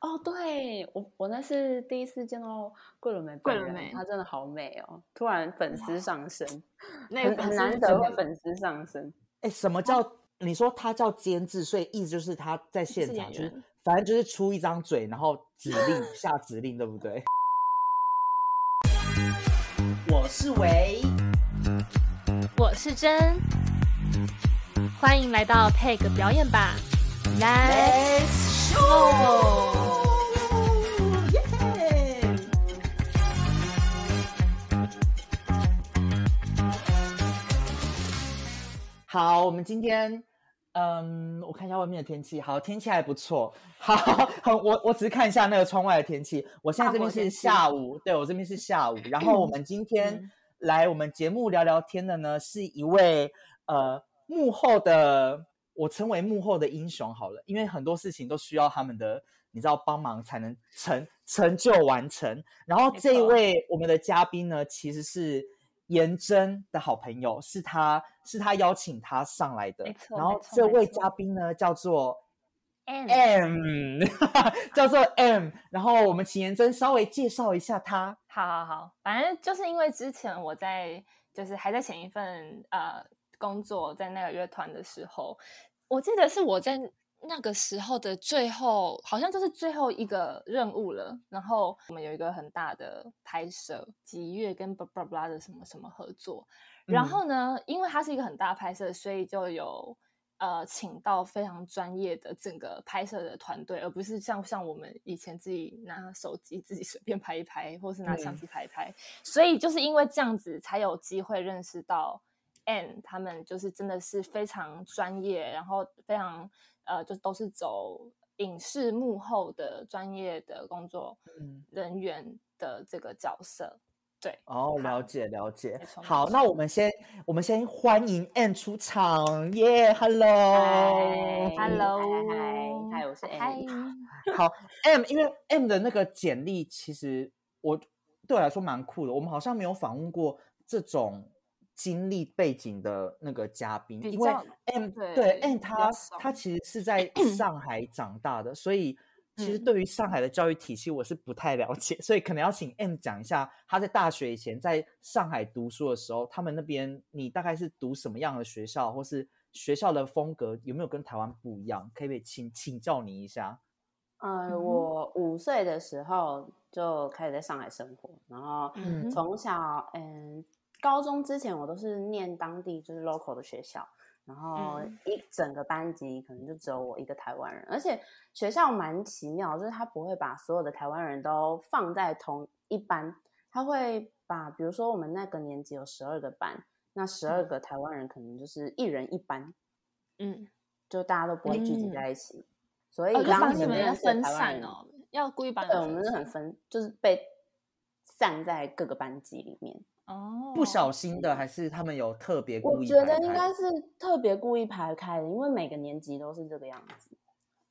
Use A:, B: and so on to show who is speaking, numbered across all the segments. A: 哦，对我我那是第一次见到桂纶镁
B: 桂
A: 本
B: 纶
A: 人，
B: 镁
A: 她真的好美哦！突然粉丝上升，
B: 那
A: 很
B: 个
A: 很
B: 粉丝
A: 难
B: 是啊
A: 得
B: 真
A: 会
B: 的
A: 粉丝上升。
C: 哎，什么叫你说他叫监制？所以意思就是他在现
B: 演
C: 场，就是
B: 员
C: 反正就是出一张嘴，然后指 令下指令，对不对？我是维，
D: 我是真，欢迎来到 Peg 表演吧，Let's show。
C: 好，我们今天，嗯，我看一下外面的天气，好，天气还不错， 好，很，我我只是看一下那个窗外的天气，我现在
B: 法
C: 这边
B: 国
C: 是
B: 天气嗯
C: 下午，对我这边是下午，然后我们今天来我们节目聊聊天的呢，是一位呃幕后的，我称为幕后的英雄好了，因为很多事情都需要他们的，你知道帮忙才能成成就完成。然后
B: 没
C: 这一
B: 错
C: 位我们的嘉宾呢，其实是颜真的好朋友，是他是他邀请他上来的
B: 没。错
C: 然
B: 没
C: 后
B: 错
C: 这
B: 没
C: 位
B: 错嗯
C: 嘉宾呢叫做
D: And
C: M，叫 做 M。然后我们请颜真稍微介绍一下他。
B: 好好好，反正就是因为之前我在就是还在前一份呃工作，在那个乐团的时候，我记得是我在那个时候的最后，好像就是最后一个任务了。然后我们有一个很大的拍摄，几月跟巴拉巴拉的什么什么合作。然
C: 嗯
B: 后呢，因为它是一个很大的拍摄，所以就有。呃，请到非常专业的整个拍摄的团队，而不是像像我们以前自己拿手机自己随便拍一拍，或是拿相
C: 嗯
B: 机拍一拍。所以就是因为这样子，才有机会认识到 Anne 他们，就是真的是非常专业，然后非常呃，就都是走影视幕后的专业的工作
C: 嗯
B: 人员的这个角色。对，
C: 哦，
B: 好
C: 了解了解
B: 没。错没
C: 好，那
B: 错
C: 我们先我们先欢迎 M 出场，耶、h e l l
A: 嗨
C: o
B: 哦 Hello，
A: 嗨嗨我是
B: 哦
A: Anne
C: 好，M，因为 M 的那个简历其实我对我来说蛮酷的，我们好像没有访问过这种经历背景的那个嘉宾，
B: 比
C: 因为
B: 较
C: M
B: 对
C: 对 M
B: 比较
C: 他
B: 少
C: 他其实是 在上海长大的，所以其实
B: 嗯
C: 对于上海的教育体系我是不太了解，所以可能要请 M 讲一下他在大学以前在上海读书的时候，他们那边你大概是读什么样的学校，或是学校的风格有没有跟台湾不一样？可不可以请请教你一下？
A: 呃，
B: 嗯
A: 我五岁的时候就开始在上海生活，然后
B: 嗯哼
A: 从小，嗯，高中之前我都是念当地就是 local 的学校，然后
B: 嗯
A: 一整个班级可能就只有我一个台湾人，而且学校蛮奇妙，就是他不会把所有的台湾人都放在同一班，他会把比如说我们那个年级有十二个班，那十二
B: 嗯
A: 个台湾人可能就是一人一班，
B: 嗯，
A: 就大家都不会聚集
B: 嗯
A: 在一起，所以
B: 哦，就
A: 当
B: 把
A: 时
B: 你们
A: 认
B: 要
A: 识的
B: 分
A: 台湾
B: 散
A: 人
B: 哦，要故意把你
A: 对，我
B: 们
A: 们
B: 分
A: 是
B: 散
A: 很分，就是被散在各个班级里面。
B: 哦，
C: 不小心的，还是他们有特别故
A: 我
C: 意
A: 觉
C: 排
A: 得应
C: 开
A: 该是特别故意排开的，因为每个年级都是这个样子。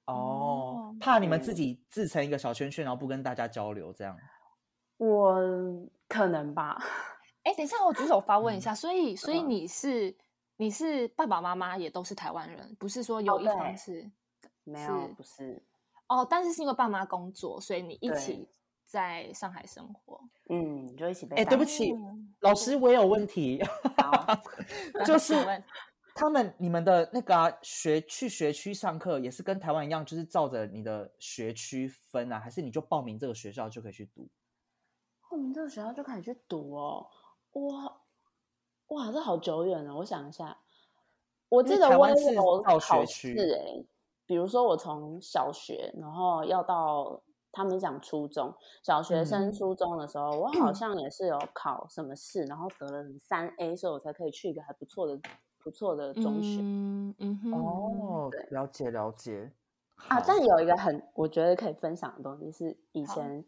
C: 哦
B: 哦，
C: 怕你们自
A: 嗯
C: 己自成一个小圈圈，然后不跟大家交流这样。
A: 我嗯可能吧，
B: 哎，等一下，我举手发问一下，所以，所以
A: 嗯
B: 你是你是爸爸妈妈也都是台湾人，不是说有
A: 哦
B: 一方
A: 对
B: 是
A: 没有，
B: 是
A: 不是，
B: 哦，但是是因为爸妈工作，所以你一
A: 对
B: 起在上海生活。
A: 嗯，就一起被
C: 哎，
A: 带
C: 对不
A: 起
C: 起
B: 嗯，
C: 老师，我有问题，
A: 好
C: 就
B: 请
C: 是
B: 问
C: 他们你们的那个啊、学去学区上课也是跟台湾一样，就是照着你的学区分啊，还是你就报名这个学校就可以去读？
A: 后面这个学校就开始去读哦，哇哇，这好久远了。我想一下，我
C: 因
A: 记
C: 为
A: 得
C: 台
A: 我
C: 湾
A: 也
C: 是
A: 有
C: 照
A: 考
C: 学
A: 试
C: 区
A: 哎、比如说我从小学，然后要到他们讲初中，小学升
C: 嗯
A: 初中的时候，我好像也是有考什么试，然后得了三 A，所以我才可以去一个还不错的不错的中学。
B: 嗯嗯哼，
C: 哦
A: 对，
C: 了解了解。
A: 啊，
C: 好
A: 但有一个很我觉得可以分享的东西是，以
B: 好
A: 前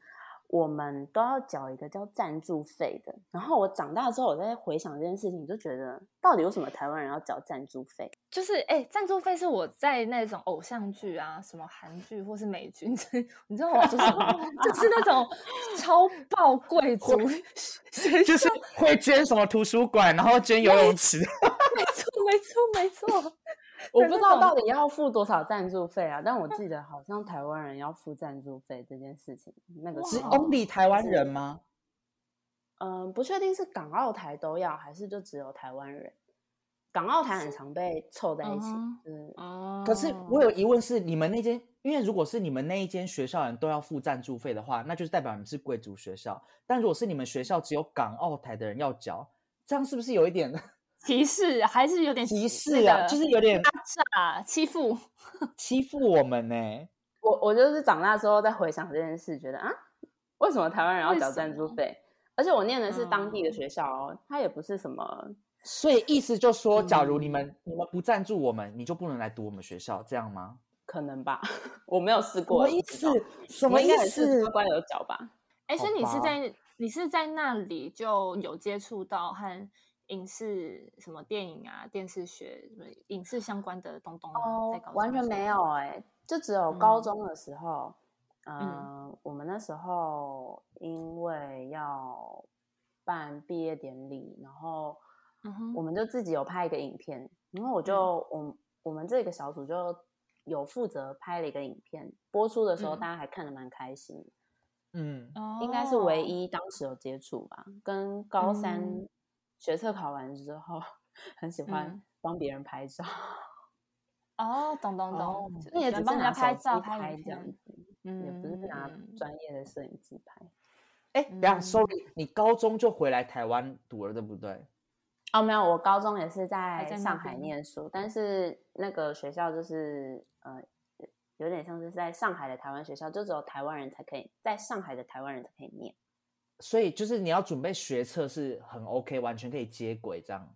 A: 我们都要缴一个叫赞助费的。然后我长大之后，我再回想这件事情，就觉得到底为什么台湾人要缴赞助费？
B: 就是哎，赞助费是我在那种偶像剧啊，什么韩剧或是美剧，你知你知道我就是 就是那种超爆贵族学
C: 就是
B: 生
C: 会捐什么图书馆，然后捐游泳池。
B: 没错，没错，没错。
A: 我不知道到底要付多少赞助费啊，但我记得好像台湾人要付赞助费这件事情，那个
C: 是
A: 时候
C: only 台湾人吗？
A: 嗯、不确定是港澳台都要，还是就只有台湾人。港澳台很常被凑在一起，
B: 嗯
A: 嗯，
B: 哦
C: 可是我有疑问是，你们那间，因为如果是你们那一间学校人都要付赞助费的话，那就是代表你们是贵族学校。但如果是你们学校只有港澳台的人要缴，这样是不是有 一点
B: 歧视，还是有点
C: 歧
B: 那
C: 视啊？
B: 个
C: 就是有点
B: 压榨啊欺负。
C: 欺负我们呢、
A: 我我就是长大之后再回想这件事，觉得啊，为什么台湾人要
B: 为
A: 缴
B: 什
A: 赞助
B: 么
A: 费？而且我念的是当地的
B: 嗯
A: 学校哦，它也不是什么
C: 所以意思就说，假如
A: 嗯
C: 你们、你们不赞助我们，你就不能来读我们学校，这样吗？
A: 可能吧，我没有试
C: 什么
A: 过，
C: 意
A: 不知道
C: 思？什么
A: 你
C: 意
A: 应该也
C: 思
A: 是？乖乖有缴吧？
B: 哎，所以你
C: 好
B: 是
C: 吧
B: 在你是在那里就有接触到和影视什么电影啊、电视学什么影视相关的东东吗？在高
A: 哦完
B: 中
A: 全
B: 的时
A: 没
B: 候
A: 有哎、就只有高
B: 嗯
A: 中的时候，嗯、我们那时候因为要办毕业典礼，然后
B: 嗯哼
A: 我们就自己有拍一个影片，然后我就、我我们这个小组就有负责拍了一个影片，播出的时候
B: 嗯
A: 大家还看得蛮开心的
C: 嗯，
A: 应该是唯
B: 哦
A: 一当时有接触吧，跟高三
B: 嗯
A: 学测考完之后， 很喜欢
B: 嗯
A: 帮别人拍照。
B: 哦，懂懂
C: 哦
B: 懂，就
A: 那也
B: 喜
A: 只是
B: 欢帮人家
A: 拿
B: 拍
A: 手机
B: 照、
A: 拍
B: 影
A: 这样
B: 片，
A: 子，
B: 嗯
A: 也不是拿
B: 嗯
A: 专业的摄影机拍。
C: 哎、等一下
B: 嗯
C: ，sorry，你高中就回来台湾读了，对不对？
A: 哦，没有，我高中也是在
B: 在那
A: 上海
B: 边
A: 念书，但是那个学校就是呃，有点像是在上海的台湾学校，就只有台湾人才可以在上海的台湾人才可以念。
C: 所以就是你要准备学测是很 OK，完全可以接轨这样。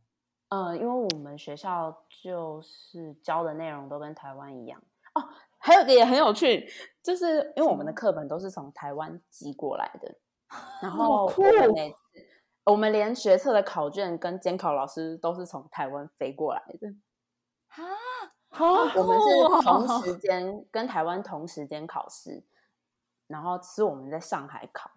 A: 呃，因为我们学校就是教的内容都跟台湾一样哦。还有一个也很有趣，就是因为我们的课本都是从台湾寄过来的，然后我们每次我们连学测的考卷跟监考老师都是从台湾飞过来的，
B: 啊，
C: 好
A: 我们是同
B: 哦
A: 时间跟台湾同时间考试，然后是我们在上海考。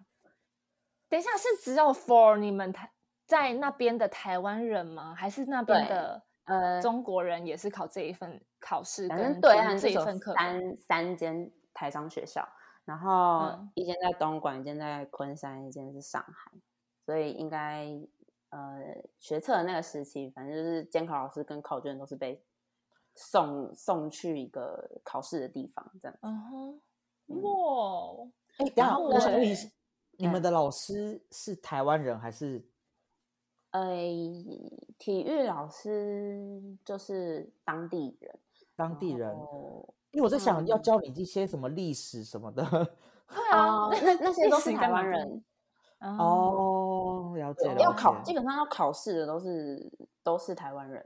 B: 等一下是只有 for 你们台在那边的台湾人吗？还是那边
A: 对
B: 的
A: 呃，
B: 中国人也是考这一份考试
A: 反正
B: 跟
A: 对啊
B: 读
A: 岸
B: 这
A: 就
B: 一
A: 有
B: 份课本？
A: 三三间台商学校，然后
B: 嗯
A: 一间在东莞，一间在昆山，一间是上海，所以应该呃学测的那个时期，反正就是监考老师跟考卷都是被送送去一个考试的地方，这样。
B: 嗯哼，
A: 嗯
B: 哇，哦
C: 哎，等一下，
B: 然后
C: 我想问一
B: 嘞
C: 下，你们的老师是台湾人还是？
A: 呃，体育老师就是当地人，
C: 当地人
A: 然，后
C: 因为我在想要
A: 哦嗯
C: 教你一些什么历史什么的。
B: 对啊
A: 啊、，那那些
B: 历
A: 都是
B: 史
A: 台
B: 干嘛
A: 湾
B: 的
A: 人，
B: 嗯，
C: 哦，了解了解。
A: 要考，基本上要考试的都是都是台湾人，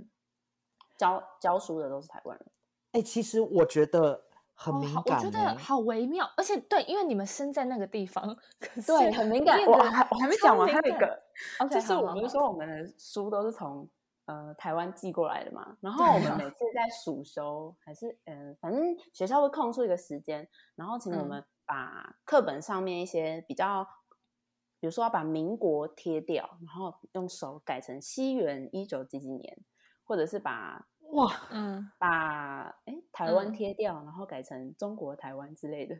A: 教教书的都是台湾人。
C: 哎，其实我觉得很
B: 哦
C: 敏
B: 好
C: 感
B: 我觉
C: 欸
B: 得好微妙，而且对，因为你们身在那个地方，可是啊
A: 对，很敏感。
B: 念
A: 我
B: 得
A: 还我还没
B: 超
A: 讲完，
B: 敏
A: 还有一
B: 感
A: 个，
B: ，OK，
A: 就是
B: 好
A: 我
B: 好
A: 们
B: 好
A: 说我们的书都是从呃台湾寄过来的嘛，然后我
B: 对
A: 们
B: 啊
A: 每次在暑修还是嗯、反正学校会空出一个时间，然后请我
B: 嗯
A: 们把课本上面一些比较。比如说要把民国贴掉，然后用手改成西元一九几几年，或者是把
C: 哇，
B: 嗯，
A: 把哎台湾
B: 嗯
A: 贴掉，然后改成中国台湾之类的，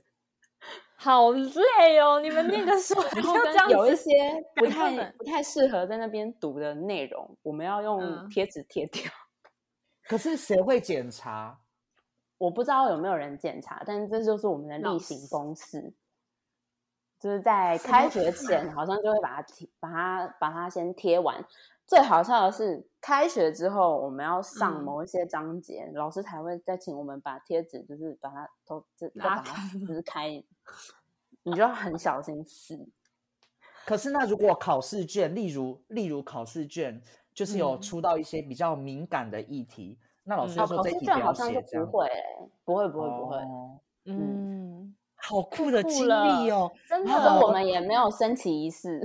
B: 好累哦，你们念个书
A: 然后
B: 要这样
A: 跟有一
B: 子，
A: 些不
B: 改课
A: 太
B: 本
A: 不太适合在那边读的内容，我们要用
B: 嗯
A: 贴纸贴掉。
C: 可是谁会检查？
A: 我不知道有没有人检查，但是这就是我们的
B: 老
A: 例行公事，就是在开学
C: 啊
A: 前好像就会把它贴，把它把它先贴完。最好笑的是，开学之后我们要上
B: 嗯
A: 某一些章节，老师才会再请我们把贴纸，就是把它都这
B: 拉
A: 把它
B: 开
A: 撕开，你就要很小心撕。
C: 可是那如果考试卷，例如例如考试卷，就是有
B: 嗯
C: 出到一些比较敏感的议题，那老师
B: 嗯
C: 就
A: 哦，
B: 哦
A: 考
C: 说这
A: 试
C: 一题
A: 卷
C: 不
A: 好
C: 要
A: 像
C: 写
A: 就
C: 这样
A: 不。会、欸，不会，不会，不会。
C: 哦
B: 嗯，
C: 好酷的
B: 酷
C: 经
B: 了
C: 历哦！
B: 真的，
A: 然后我们也没有升旗仪式，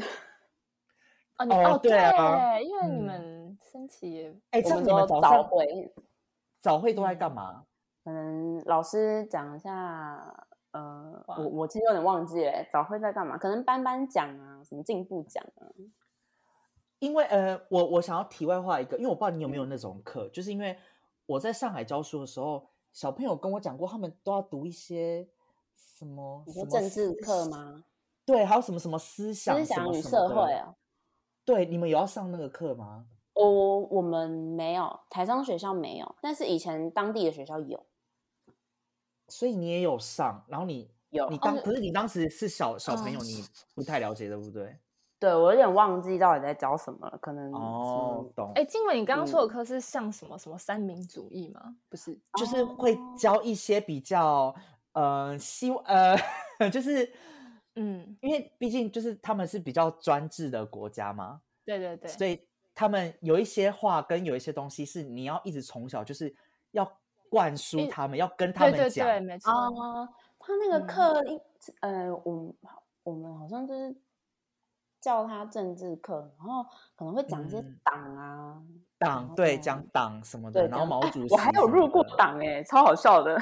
B: 哦，你
C: 哦
B: 哦
C: 对啊
B: 因为你
C: 嗯
B: 们升旗也
C: 哎，
A: 我
C: 这样
A: 们
C: 你们
A: 都
C: 早
A: 早
C: 上
A: 会
C: 早会都在干
B: 嗯
C: 嘛？
A: 可能老师讲一下，呃，
B: 哇
A: 我我其实有点忘记了，早会在干嘛？可能颁颁奖啊，什么进步奖啊，嗯
C: 因为呃，我我想要题外话一个，因为我不知道你有没有那种课，就是因为我在上海教书的时候，小朋友跟我讲过，他们都要读一些什么
A: 你
C: 什
A: 说
C: 么
A: 政治
C: 思
A: 课？吗？
C: 对，还有什么什么思想、
A: 思想
C: 什么
A: 与
C: 什么
A: 社
C: 的
A: 会啊？
C: 对，你们有要上那个课吗？
A: 我我们没有，台商学校没有，但是以前当地的学校有
C: 所以你也有上，然后你
A: 有
C: 你
A: 哦
C: 当
B: 是
C: 可是你当时是小小朋友，
B: 哦
C: 你不太了解，对不对？
A: 对我有点忘记到底在教什么了，可能
C: 哦，懂。
B: 哎，静文，你刚刚说的课是像什么什么三民主义吗？不是，
C: 就是会
A: 哦
C: 教一些比较呃希呃， 就是
B: 嗯，
C: 因为毕竟就是他们是比较专制的国家嘛，
B: 对对对，
C: 所以他们有一些话跟有一些东西是你要一直从小就是要灌输
B: 一
C: 他们，要跟他
B: 对
C: 们
B: 对
C: 讲。
B: 对，没错，
A: 啊、哦他那个
B: 嗯
A: 课一、呃，我们我们好像就是叫他政治课，然后可能会讲一些
C: 嗯
A: 党啊，
C: 党对讲
A: 哦
C: 党什么的，
A: 对，
C: 然后
A: 讲
C: 毛
A: 哎
C: 主席、
A: 我还有入过党哎、超好笑 的，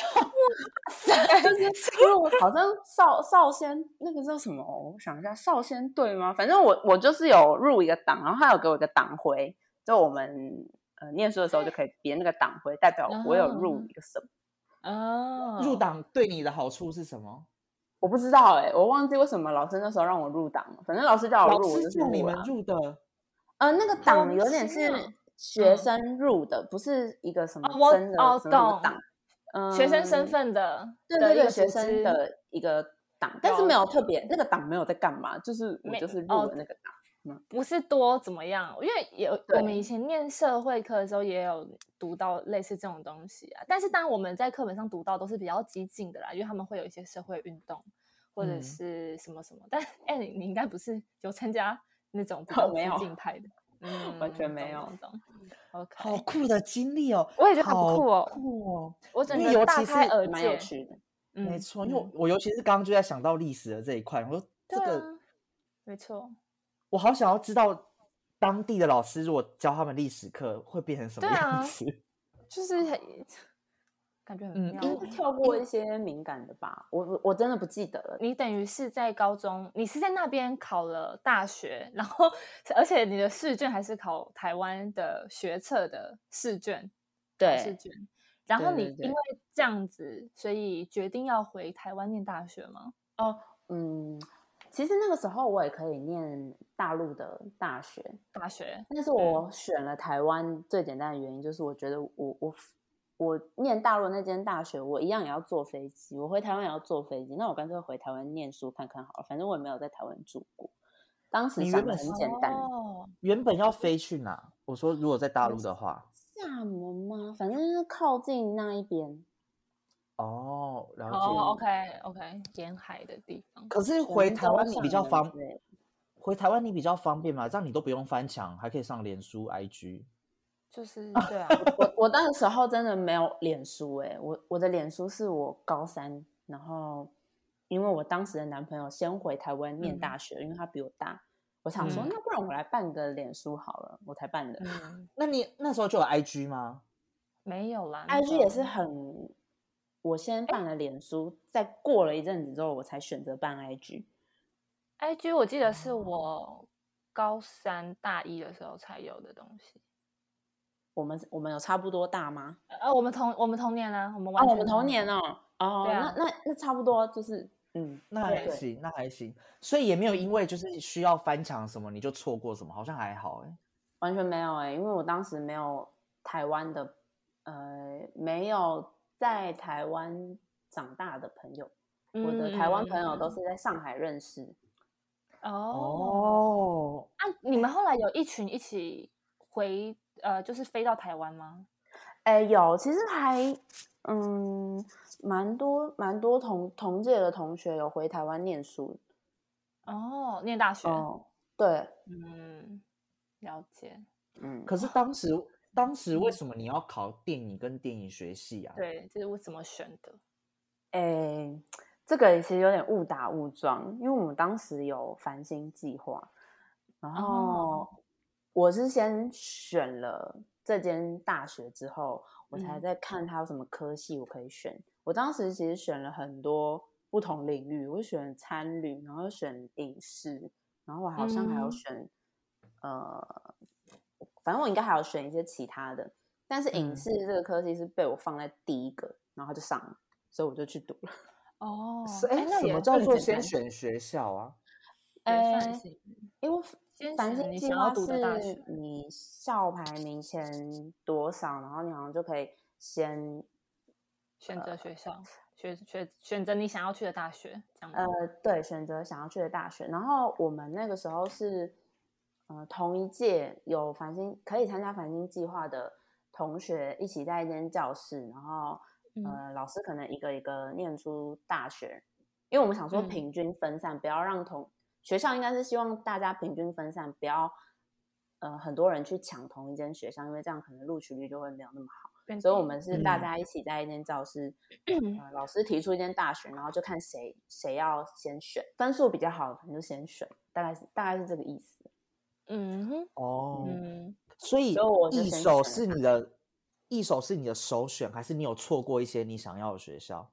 A: 哇，就是入好像少少先那个叫什么，哦我想一下，少先队吗？反正我我就是有入一个党，然后他有给我一个党徽，就我们呃念书的时候就可以别那个党徽，代表我有入
B: 哦
A: 一个什么。
B: 哦，
C: 入党对你的好处是什么？
A: 我不知道哎、我忘记为什么老师那时候让我入党了。反正老师叫我
C: 老
A: 入，我
C: 师
A: 就是
C: 叫你
A: 入
C: 们
A: 了啊。
C: 入 的，
A: 呃，那个党有点
B: 奇
A: 是
B: 妙
A: 学
B: 哦嗯
A: 生入的，不是一个什么
B: 哦我
A: 真的
B: 哦
A: 什么什么
B: 懂
A: 党。嗯，
B: 学生身份的，
A: 对
B: 的
A: 对
B: 一
A: 对，
B: 个
A: 学
B: 组
A: 生
B: 织
A: 的一个党，但是没
B: 了
A: 有特别那个党没有在干嘛，就是我
B: 没
A: 就是入
B: 哦
A: 了那个党。
B: 不是多怎么样，因为有
A: 对
B: 我们以前念社会课的时候也有读到类似这种东西啊，但是当然我们在课本上读到都是比较激进的啦，因为他们会有一些社会运动或者
C: 嗯
B: 是什么什么，但哎、你你应该不是有参加那种比
A: 哦
B: 较
A: 没有
B: 激进派的，嗯，
A: 完全没
B: 懂
A: 有
B: 懂懂 OK，
C: 好酷的经历哦！
B: 我也觉得很
C: 好
B: 酷哦
C: 酷哦！
B: 我整
C: 因为
B: 个
C: 尤
B: 大
C: 其
B: 开
C: 是
B: 耳
A: 蛮有
B: 界，
A: 趣的。
B: 嗯
C: 没错，因为
B: 嗯
C: 我我尤其是刚刚就在想到历史的这一块，我说这
B: 对
C: 个、
B: 啊没错，
C: 我好想要知道当地的老师如果教他们历史课会变成什么
B: 对
C: 样
B: 啊
C: 子。
B: 就是很感觉很
C: 嗯
B: 妙
C: 因
B: 欸。
A: 应该跳过一些敏感的吧，我我我真的不记得了。
B: 你等于是在高中，你是在那边考了大学，然后而且你的试卷还是考台湾的学测的试卷，考试
A: 对，
B: 卷。然后
A: 对
B: 你
A: 对对
B: 因为这样子，所以决定要回台湾念大学吗？
A: 嗯，其实那个时候我也可以念大陆的大学，
B: 大学，
A: 但是我选了台湾最简单的原因就是，我觉得我我我念大陆那间大学，我一样也要坐飞机，我回台湾也要坐飞机，那我干脆回台湾念书看看好了，反正我也没有在台湾住过。当时
C: 你原
A: 想的
C: 本
A: 很
C: 是
A: 简单，
B: 哦，
C: 原本要飞去哪？我说如果在大陆的话，
A: 厦门吗？反正就是靠近那一边。
C: 哦，了解。
B: 哦，OK OK，沿海的地方，
C: 可是回
A: 泉
C: 台
A: 州
C: 湾你比
A: 厦
C: 较
A: 门
C: 方
A: 之类的，
C: 回台湾你比较方便嘛，这样你都不用翻墙，还可以上脸书、IG。
B: 就是对啊，
A: 我我那个时候真的没有脸书哎、我我的脸书是我高三，然后因为我当时的男朋友先回台湾念
B: 嗯
A: 大学，因为他比我大，我想说、
B: 嗯
A: 那不然我来办个脸书好了，我才办的。
B: 嗯，
C: 那你那时候就有 IG 吗？
B: 没有啦
A: IG 也是
C: 嗯
B: 很。
A: 很，我先办了脸书，再过了一阵子之后，我才选择办 IG。
B: IG 我记得是我高三大一的时候才有的东西。
A: 我们我们有差不多大吗？
C: 哦
B: 呃，我们同我们同年啊，我们
A: 啊，
B: 完全、
A: 我们同年。哦。哦，
B: 对啊
A: 那那那差不多就是嗯，
C: 那还
A: 对
C: 行，那还行，所以也没有
B: 嗯
C: 因为就是需要翻墙什么你就错过什么，好像还好哎、
A: 完全没有哎、因为我当时没有台湾的，呃，没有在台湾长大的朋友，我的台湾朋友都
B: 嗯
A: 是在上海认识。
B: 哦。
C: 哦，
B: 啊，你们后来有一群一起回呃，就是飞到台湾吗？
A: 哎、有，其实还嗯，蛮多蛮多同同届的同学有回台湾念书
B: 哦，念大学。
A: 哦，对，
B: 嗯，了解。
A: 嗯，
C: 可是当时当时为
B: 嗯
C: 什么你要考电影跟电影学系啊？，
B: 对，这是我怎么选的？
A: 哎、这个其实有点误打误撞，因为我们当时有繁星计划，然
B: 哦
A: 后我是先选了这间大学之后，我才
B: 嗯
A: 在看它有什么科系我可以选。我当时其实选了很多不同领域，我选了餐旅，然后选影视，然后我好像还有
B: 嗯
A: 选、呃，反正我应该还有选一些其他的。但是影
C: 嗯
A: 视这个科系是被我放在第一个，然后就上了，所以我就去读了。
B: 哦
C: 是，
B: 哎
C: 哎，，
B: 那
C: 什
B: 也
C: 么叫
B: 很
C: 做
B: 简
C: 先
B: 单
C: 选学校啊？
B: 也
A: 呃
B: 算幸运
A: 因为
B: 先
A: 繁
B: 选
A: 星
B: 你
A: 计
B: 想要
A: 划
B: 读的大学
A: 是你校排名前多少，然后你好像就可以先
B: 选择学校，选选选择你想要去的大学，这样吗
A: 呃，对，选择想要去的大学。然后我们那个时候是，呃，同一届有繁星可以参加繁星计划的同学一起在一间教室，然后呃，老师可能一个一个念出大学，因为我们想说
B: 嗯
A: 平均分散，不要让同学校应该是希望大家平均分散，不要呃很多人去抢同一间学校，因为这样可能录取率就会没有那么好。
B: 变
A: 所以我
B: 低
A: 们是大
C: 嗯
A: 家一起在一间教室，
D: 嗯
A: 呃，老师提出一间大学，然后就看谁谁要先选，分数比较好的可能就先选，大概是大概是这个意思。
B: 嗯哼
C: 哦，
B: 嗯，
C: 所以
A: 所以我就
C: 一
A: 先
C: 手
A: 选
C: 是你的，一手是你的首选，还是你有错过一些你想要的学校？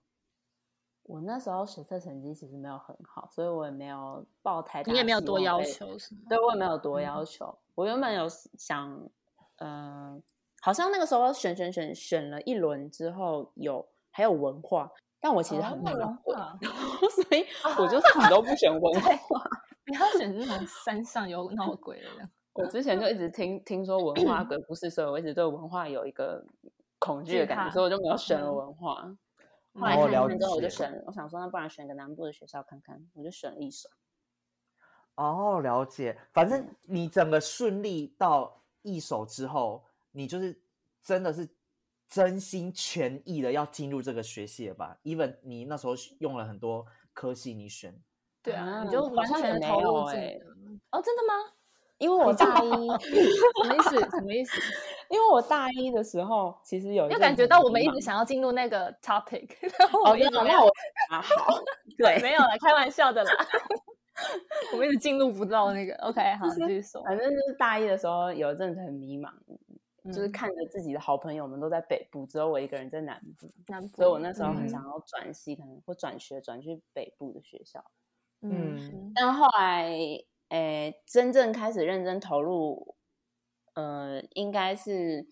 A: 我那时候学测成绩其实没有很好，所以我也没有报太大，
D: 你也没有多要，求嗯什么。
A: 对我也没有多要求。我原本有想，嗯、好像那个时候选选选选了一轮之后有还有文化，但我其实很
B: 哦
A: 怕
B: 文
A: 鬼，
B: 化
A: 所以
D: 啊
A: 我就死都不选文化。
B: 不要选那种山上有闹鬼 的人，
A: 我之前就一直听听说文化鬼故事，所以我一直对文化有一个恐嗯惧的
B: 惧
A: 感
B: 怕
A: 觉，所以我就没有选了
B: 嗯
A: 文化。
B: 嗯
A: 后来看
C: 哦了
A: 看之后，我就
C: 解
A: 选了，我想说那不然选个南部的学校看看，我就选了一手。
C: 哦，了解。反正
B: 嗯
C: 你整个顺利到一手之后，你就是真的是真心全意的要进入这个学系了吧？even 你那时候用了很多科系，你选
B: 对啊，你
A: 啊
B: 就
A: 好
B: 完
A: 像也
B: 全
A: 没
B: 投入
A: 有
B: 进
A: 欸
B: 去了哦，真的吗？
A: 因为我大 一，
B: 什么意思？什么意思？
A: 因为我大一的时候其实有一
B: 就
A: 阵
B: 感
A: 子
B: 觉
A: 很
B: 到我
A: 迷
B: 们一
A: 茫
B: 直想要进入那个 topic，然 后
A: 哦，
B: 我们一
A: 那
B: 直没
A: 那
B: 有
A: 我啊 好，对，
B: 没有了，开玩笑的啦， 我们一直进入不到那个。OK，好，
A: 是
B: 你继续说。
A: 反正就是大一的时候有一阵子很迷茫，就是
B: 嗯
A: 看着自己的好朋友们都在北部，只有我一个人在南部，
B: 南
A: 所以
B: 部
A: 我那时候很
C: 嗯
A: 想要转系，可能或转学转去北部的学校。
C: 嗯
B: 嗯
A: 但后来，诶、真正开始认真投入，呃，应该是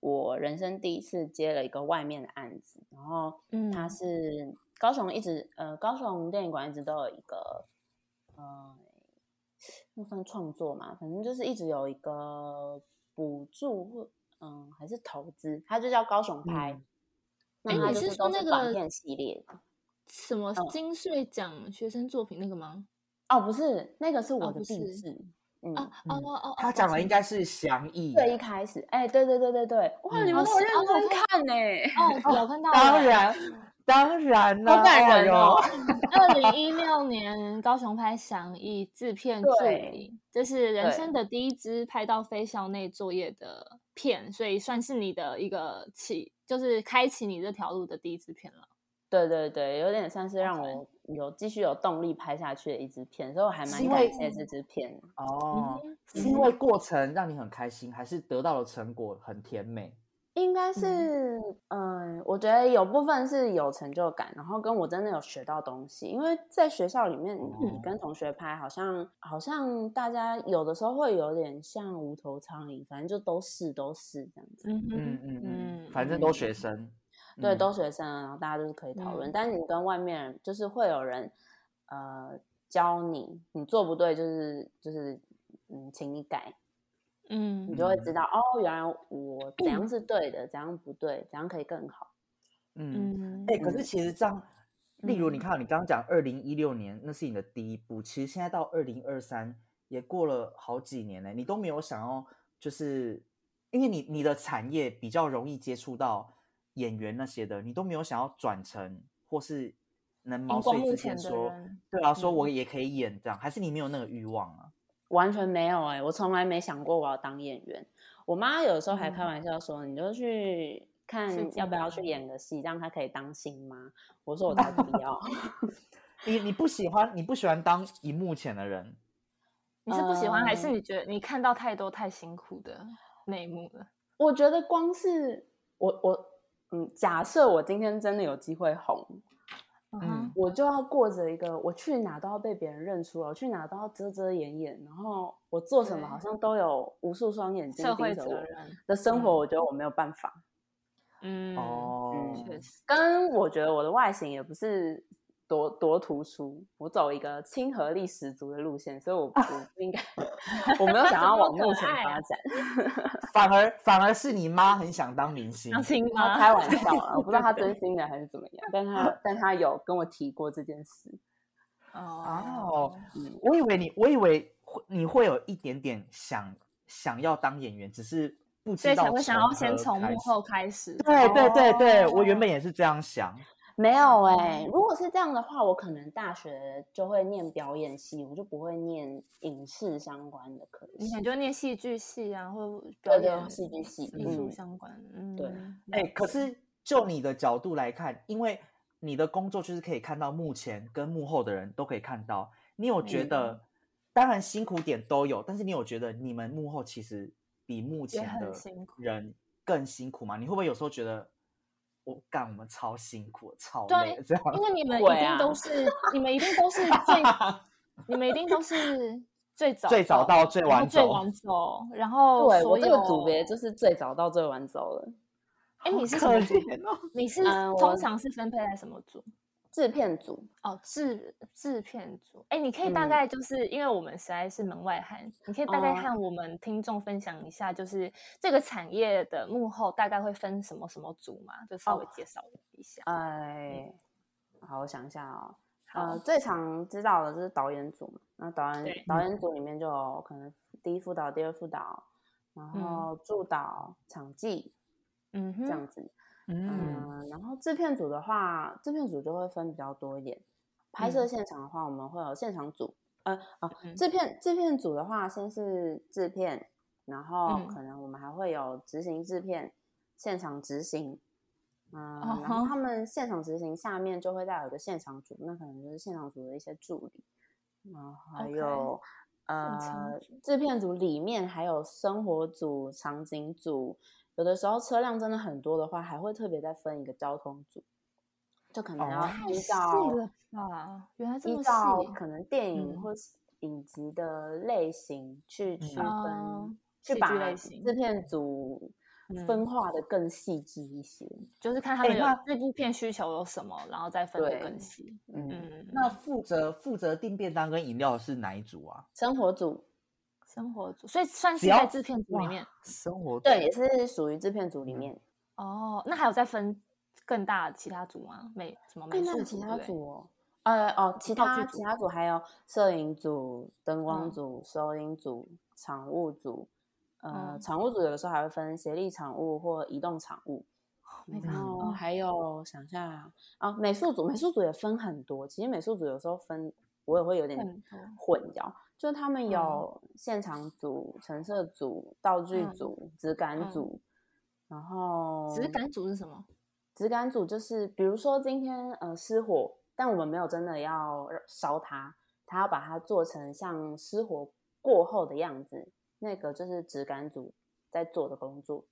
A: 我人生第一次接了一个外面的案子，然后
B: 嗯
A: 它是高雄一直，呃，高雄电影馆一直都有一个，呃，那算创作嘛，反正就是一直有一个补助或嗯还是投资，它就叫高雄拍。
C: 嗯
A: 那
D: 诶
A: 它
D: 哎你
A: 就是是
D: 说
A: 都
D: 那
A: 短
D: 个
A: 片系列的
D: 什么
A: 嗯
D: 金穗奖学生作品那个吗？
A: 哦，不是，那个是我
D: 哦
A: 的
D: 不
A: 壁
D: 是
A: 纸，嗯
D: 啊哦
C: 嗯
D: 哦 哦，
C: 他
D: 哦
C: 讲的应该是详义，
A: 最一开始，哎、对对对对对，哇，你
C: 嗯
A: 们
D: 哦
A: 都有
D: 是
A: 认
D: 哦
A: 真看呢、
D: 哦，有看到了，
C: 当然当然
A: 好
C: 啦，
A: 感人哦
C: 哟！
D: 二零一六年高雄拍《响忆》制片助
A: 对
D: 理，这是人
A: 对
D: 生的第一支拍到非校内作业的片，所以算是你的一个起，就是开启你这条路的第一支片了。
A: 对对对，有点算是让
D: OK
A: 我有继续有动力拍下去的一支片，所以我还
C: 是
A: 蛮
C: 因
A: 感
C: 为
A: 谢这支片的。
C: 哦，
D: 嗯
C: 是因为过程让你很开心，还是得到了成果很甜美？
A: 应该是，嗯、我觉得有部分是有成就感，然后跟我真的有学到东西，因为在学校里面，你
C: 哦
A: 跟同学拍，好像好像大家有的时候会有点像无头苍蝇，反正就都是都是这样子。
B: 嗯
C: 嗯
B: 哼
C: 嗯
B: 嗯
C: 嗯，反正都学生，
A: 对，
C: 嗯
A: 都学生啊，然后大家就是可以讨论。
B: 嗯
A: 但你跟外面人，就是会有人呃教你，你做不对就是就是嗯，请你改，你
D: 嗯
A: 就会知道、哦，原来我怎样是对的，怎样不对，怎样可以更好。
C: 嗯，
D: 嗯
C: 哎、可是其实这样，例如你
D: 嗯
C: 看，你刚刚讲二零一六年那是你的第一步，其实现在到二零二三也过了好几年呢、你都没有想要，就是因为你你的产业比较容易接触到演员那些的，你都没有想要转成或是能毛
B: 荧光
C: 遂
B: 幕
C: 自
B: 前
C: 荐
B: 的
C: 说，
B: 人，嗯
C: 对啊，说我也可以演这样，还是你没有那个欲望啊？
A: 完全没有哎、我从来没想过我要当演员。我妈有时候
B: 嗯
A: 还开玩笑说，你就去看
B: 试镜
A: 要不要去
B: 吧
A: 演个戏，让她可以当新妈。我 说我才不要。
C: 你你不喜欢你不喜欢当荧幕前的人，
B: 你是不喜欢，还是
A: 嗯
B: 你觉得你看到太多太辛苦的内幕了？
A: 我觉得光是我我嗯，假设我今天真的有机会红，
B: 啊
C: 嗯
A: 我就要过着一个我去哪都要被别人认出了，我去哪都要遮遮掩掩，然后我做什么好
B: 对
A: 像都有无数双眼睛
B: 社
A: 盯
B: 会
A: 着
B: 责
A: 我
B: 任，
A: 的生活，
C: 嗯
A: 我觉得我没有办法。
B: 嗯，
C: 哦，
A: 嗯
B: 确实，
A: 跟我觉得我的外形也不是多多突出，我走一个亲和力十足的路线，所以我不不 应该，我没有想要往目前发 展。
C: 反而反而是你妈很想当明星
B: 相，亲
A: 他
B: 吗？
A: 开玩笑啊，我不知道他真心的还是怎么样，但他但他有跟我提过这件事。
B: 哦
C: 哦，
A: 嗯，
C: 我以为你我以为会你会有一点点想想要当演员，只是不
B: 所
C: 知
B: 以
C: 道
B: 才会想要
C: 从
B: 先
A: 呃
C: 何
B: 从
C: 开
B: 幕
C: 始。
B: 后开始。
C: 对对对对，
A: 哦
C: 我原本也是这样想。
A: 没有哎、如果是这样的话，我可能大学就会念表演系，我就不会念影视相关的科
B: 你
A: 系
B: 可。能就念戏剧系啊，或表
A: 对对，
B: 演
A: 戏剧系，
B: 艺术
A: 嗯
B: 相关。嗯，
A: 对
C: 哎、可是就你的角度来看，因为你的工作就是可以看到幕前跟幕后的人都可以看到，你有觉
A: 嗯
C: 得，当然辛苦点都有，但是你有觉得你们幕后其实比幕前
B: 很
C: 的
B: 辛苦
C: 人更辛苦吗？你会不会有时候觉得我干我们超辛苦，超
B: 对
C: 累这样？
B: 因为你们一
A: 会
B: 定
A: 啊
B: 都是，你们一定都是最，你们一定都是最 早
C: 最早到最
B: 然后
C: 晚
B: 最
C: 走
B: 晚走，然后
A: 对
B: 所
A: 我
B: 有
A: 这个组别就是最早到最晚走了。
B: 哎，你是什
C: 可
B: 么组？
C: 怜哦，
B: 你是
A: 嗯我
B: 通常是分配在什么组？
A: 制片组，
B: 哦，制制片组。哎，你可以大
A: 嗯
B: 概就是因为我们实在是门外汉，你可以大概
A: 哦
B: 和我们听众分享一下，就是这个产业的幕后大概会分什么什么组嘛？就稍微介绍一下。
A: 哎，好，我想一下哦。
B: 好
A: 呃，最常知道的就是导演组嘛，那导演
B: 对
A: 导演组里面就有可能第一副导、第二副导，然
B: 嗯
A: 后助导、场记
B: 嗯
A: 这
B: 哼，
A: 样子。
C: 嗯，
A: 嗯，然后制片组的话，制片组就会分比较多一点。拍摄
B: 嗯
A: 现场的话，我们会有现场组，呃啊，
B: 嗯
A: 制片制片组的话，先是制片，然后
B: 嗯
A: 可能我们还会有执行制片、现场执行，嗯，
B: 哦
A: 然后他们现场执行下面就会再有一个现场组，那可能就是现场组的一些助理，然后还
B: OK，
A: 有。
B: 场
A: 呃
B: 组，
A: 制片组里面还有生活组、场景组，有的时候车辆真的很多的话，还会特别再分一个交通组，就可能
C: 哦
A: 要
B: 太
A: 依
B: 细
A: 照、
B: 了吧？原来这
A: 依
B: 么
A: 照
B: 细。
A: 可能电影
B: 嗯
A: 或是影集的类型去区分，
B: 哦
A: 去
B: 戏剧
A: 把
B: 类型
A: 制片组分化的更细致一些。
B: 就是看他
C: 哎
B: 们有
C: 那
B: 这部片需求有什么，然后再分
A: 对
B: 得更细。
A: 嗯，
B: 嗯，
C: 那负责负责订便当跟饮料的是哪一组啊？
A: 生活组
B: 生活组，所以算
C: 只
B: 是
C: 要
B: 在制片组里
C: 哇
B: 面。
C: 生活
A: 对，嗯也是属于制片组里面。
B: 哦，那还有再分更大的其他组吗？美什么美
A: 更大
B: 术
A: 哎的其
B: 组
A: 他
B: 对不对
A: 组哦，呃哦，其
B: 道具
A: 他
B: 组
A: 其他组还有摄影组、灯光
B: 嗯
A: 组、收音组、场务组，呃，
B: 嗯
A: 场务组有的时候还会分协力场务或移动场务，
B: 那
A: 然
B: 个
A: 后
B: 嗯
A: 还有想一下啊，啊美术组美术组也分很多，其实美术组有时候分我也会有点
B: 很多
A: 混淆，就是他们
B: 嗯
A: 有现场组、陈设组、道具
B: 嗯
A: 组、质感
B: 嗯
A: 组，然后
B: 质感组是哦什么？
A: 质感组就是，比如说今天呃失火，但我们没有真的要呃烧它，它要把它做成像失火过后的样子，那个就是质感组在做的工作。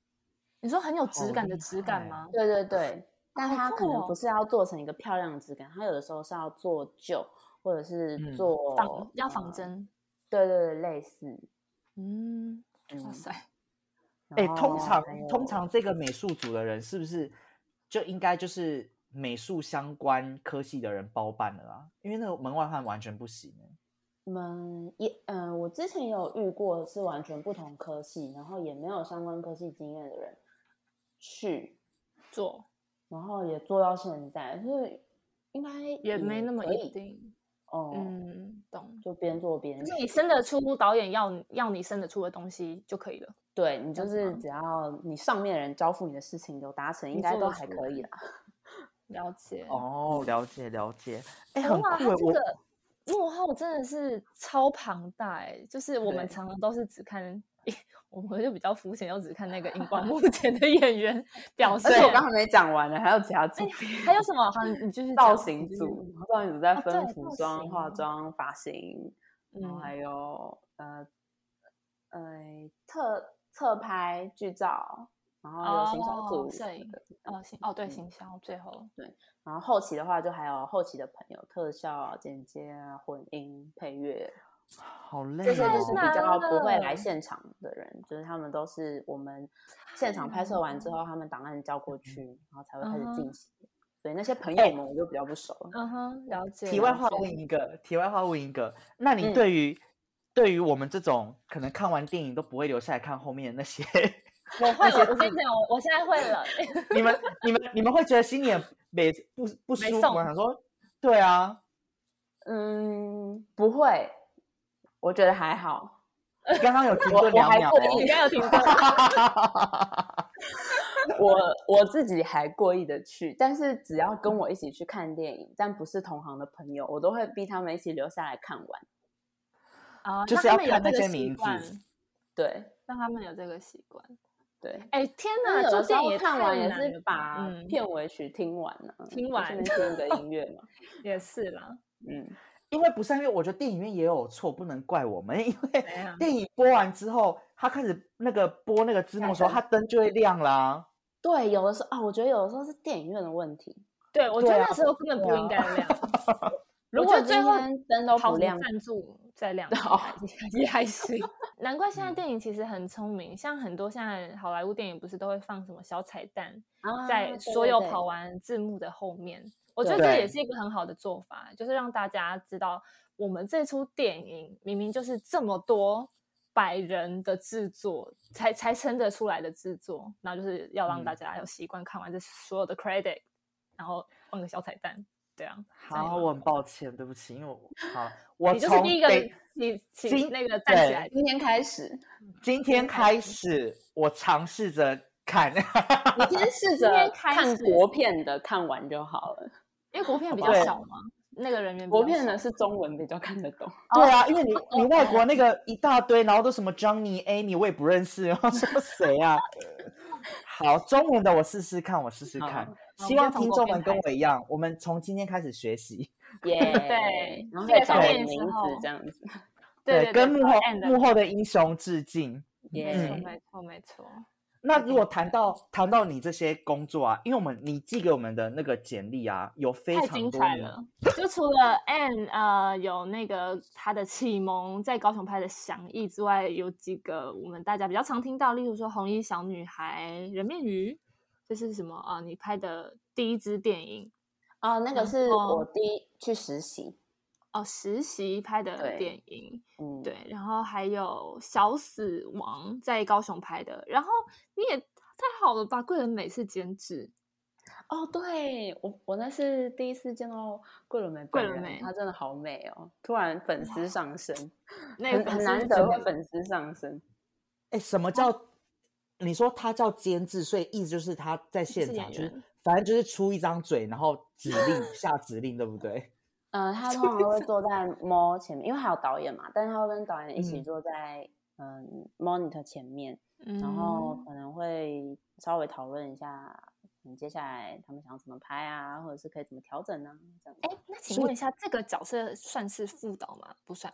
B: 你说很有
C: 好
B: 质感的
C: 厉
B: 质感
C: 害
B: 吗？
A: 对对对， 但
B: 好
A: 它可能
B: 酷
A: 不
B: 哦
A: 是要做成一个漂亮的质感，它有的时候是要做旧，或者是
C: 嗯
A: 做、
B: 仿要仿
A: 呃，
B: 真。
A: 对对对，类似。
B: 嗯，哇
A: 嗯
B: 塞，
C: 哎、
A: 然
C: 通
A: 后
C: 常
A: 还有
C: 通常这个美术组的人是不是就应该就是美术相关科系的人包办了啊？因为那个门外汉完全不行欸、
A: 我们也嗯、呃我之前也有遇过是完全不同科系，然后也没有相关科系经验的人去，
B: 做
A: 然后也做到现在，所以应该
B: 也没那么
A: 嗯可
B: 一
A: 以
B: 定。
A: 哦，
B: 嗯，懂。
A: 就边做边
B: 就是你生得出导演要要你生得出的东西就可以了。
A: 对你
B: 这
A: 就
B: 样子
A: 是
B: 吗
A: 只要你上面人交付你的事情有达成，应
B: 嗯你
A: 该
B: 做
A: 都
B: 得
A: 还
B: 出
A: 可以啦。
B: 了解。
C: 哦，了解了解，哎、
B: 哎
C: 很
B: 哇，
C: 酷、欸，
B: 他这
C: 我
B: 个幕后真的是超庞大哎，就是我们
A: 对
B: 常常都是只看，我们就比较肤浅，就只看那个荧光幕前的演员表
A: 而
B: 现
A: 且。我刚才没讲完呢，还有其他组别，
B: 还有什么？好，你就是
A: 嗯造型组，然后造型组在
B: 哦
A: 分
B: 对
A: 服
B: 造
A: 装、化
B: 型
A: 妆、发型，然后
B: 嗯
A: 还有呃呃特侧拍、剧照，然后有行销助
B: 哦
A: 理什
B: 摄
A: 么
B: 影
A: 的
B: 哦，行哦，对，
A: 嗯
B: 行销最后
A: 然后后期的话，就还有后期的朋友，特效啊、剪接啊、混音、配乐，
C: 好累、哦，
A: 这些就是比
B: 太
A: 较
B: 难
A: 不会来
B: 了
A: 现场的人，就是他们都是我们现场拍摄完之后，他们档案交过去，然后才会开始
B: 哦嗯
A: 进行。所以那些朋友们我就比较不熟了。
B: 嗯哼，了解。
C: 题外
B: 了
C: 话
B: 解
C: 问一个，题外话问一个，那你
A: 嗯
C: 对于、对于我们这种可能看完电影都不会留下来看后面的那些，
B: 我会，我我跟你讲，我我现在会了。
C: 你们你们你们会觉得心里很没不不
B: 没
C: 舒服
B: 送
C: 吗？想说，对 啊，
A: 嗯，不会，我觉得还好。
C: 你刚刚有停
A: 我
C: 顿
A: 我
C: 两
A: 还
C: 秒、
A: 故
C: 哦
A: 意，
B: 刚有听到，
A: 我我自己还过意的去，但是只要跟我一起去看电影，但不是同行的朋友，我都会逼他们一起留下来看完。
B: 啊
C: 就是
B: 那
C: 要
B: 他们有
C: 看
B: 这
C: 那
B: 个
C: 些
B: 习
C: 名字
B: 惯
A: 对
B: 让他们有这个习惯。
A: 对，
B: 哎，天
A: 那
B: 哪，
A: 有
B: 做
A: 的时
B: 电
A: 候
B: 影也
A: 看
B: 太
A: 完也
B: 难
A: 是
B: 了吧
A: 把
B: 嗯
A: 片尾曲听完了、
B: 听
A: 就
B: 完
A: 顺便听一个音乐嘛。
B: 也是啦。
A: 嗯，
C: 因为不是因为我觉得电影院也有错，不能怪我们，因为
B: 怎样
C: 电影播完之后，它开始那个播那个字幕的时候，
A: 开
C: 它灯就会亮啦。
A: 对，有的时候啊，我觉得有的时候是电影院的问题。
B: 对，我觉得
C: 对啊
B: 那时候根本
A: 对
B: 不
A: 啊
B: 应该亮。
A: 如
B: 我
A: 果
B: 觉得最后
A: 今天灯都
B: 好
A: 不亮，
B: 赞助再亮
A: 哦
B: 也还行。 难怪现在
C: 嗯
B: 电影其实很聪明，像很多现在好莱坞电影不是都会放什么小彩蛋，
A: 啊
B: 在
A: 对
B: 所
A: 对
B: 有
A: 对
B: 跑完字幕的后面。我觉得这
C: 对
B: 也是一个很好的做法，就是让大家知道我们这出电影明明就是这么多百人的制作才才撑得出来的制作，然后就是要让大
C: 嗯
B: 家有习惯看完这所有的 credit，然后放个小彩蛋，啊这样。这样也
C: 好，
B: 蛮
C: 我很抱歉，对不起，因为我 好，我
B: 你就是
C: 从
B: 第一个
C: 北
B: 起起
C: 今
B: 那个站起
C: 对
B: 来。
A: 今天开始，
C: 今天开始，我尝试着看，
A: 你先试
B: 今天
A: 着
B: 开
A: 看
B: 始
A: 国片的，看完就好了。
B: 因为国片比较
C: 对
B: 少嘛，那个人员比
A: 国
B: 较
A: 片
B: 少
A: 呢是中文比较看得 懂，
B: 哦
C: 对啊，因为你你外国那个一大堆，然后都什么 Johnny、Amy，我也不认识，然 后说谁啊？ 好，中文的我试试看，我试试看
A: 好，
C: 希
B: 好我
C: 望
B: 们就从
C: 听
B: 国
C: 众
B: 片
C: 们跟
B: 开
C: 我一样，我们从今天开始学习，
A: 耶、
B: 对
A: 然后
B: 记
A: 再
B: 得
A: 找
C: 看
A: 我
B: 电
A: 的
B: 影的时
A: 名字
B: 候
A: 这样子，
B: 对对，
C: 跟幕后
B: end
C: 幕后的英雄致敬。
A: 耶、
B: 没错
C: 嗯
B: 没错没错，
C: 那如果谈到谈到你这些工作啊，因为我们你寄给我们的那个简历啊，有非
B: 太
C: 常
B: 精
C: 多
B: 彩
C: 名
B: 了。就除了 Anne 呃有那个他的启蒙在高雄拍的《响意》之外，有几个我们大家比较常听到，例如说《红衣小女孩》《人面鱼》，这是什么啊、你拍的第一支电影
A: 啊，那个
B: 然
A: 是
B: 后
A: 我第一去实习，
B: 哦，实习拍的
A: 对
B: 电影。
A: 嗯，
B: 对，然后还有《小死亡》在高雄拍的，然后你也太好了吧，桂纶镁是监制，
A: 哦，对我我那是第一次见到桂纶镁
B: 桂
A: 本
B: 纶
A: 人，
B: 镁
A: 她真的好美哦，突然粉丝上升，
B: 那
A: 很
B: 个
A: 很
B: 粉丝
A: 难
B: 是
A: 得
B: 真
A: 会
B: 的
A: 粉丝上升，
C: 哎，什么叫？你说他叫监制，所以意思就是他在现
B: 是
C: 场，
B: 演
C: 就是
B: 员
C: 反正就是出一张嘴，然后指令下指令，对不 对？
A: 呃，他通常会坐在猫前面，因为还有导演嘛，但是他会跟导演一起
C: 嗯
A: 坐在嗯 monitor 前面，
B: 嗯
A: 然后可能会稍微讨论一下，嗯，接下来他们想怎么拍啊，或者是可以怎么调整啊，这样。
B: 哎，那请问一下，这个角色算是副导吗？不算，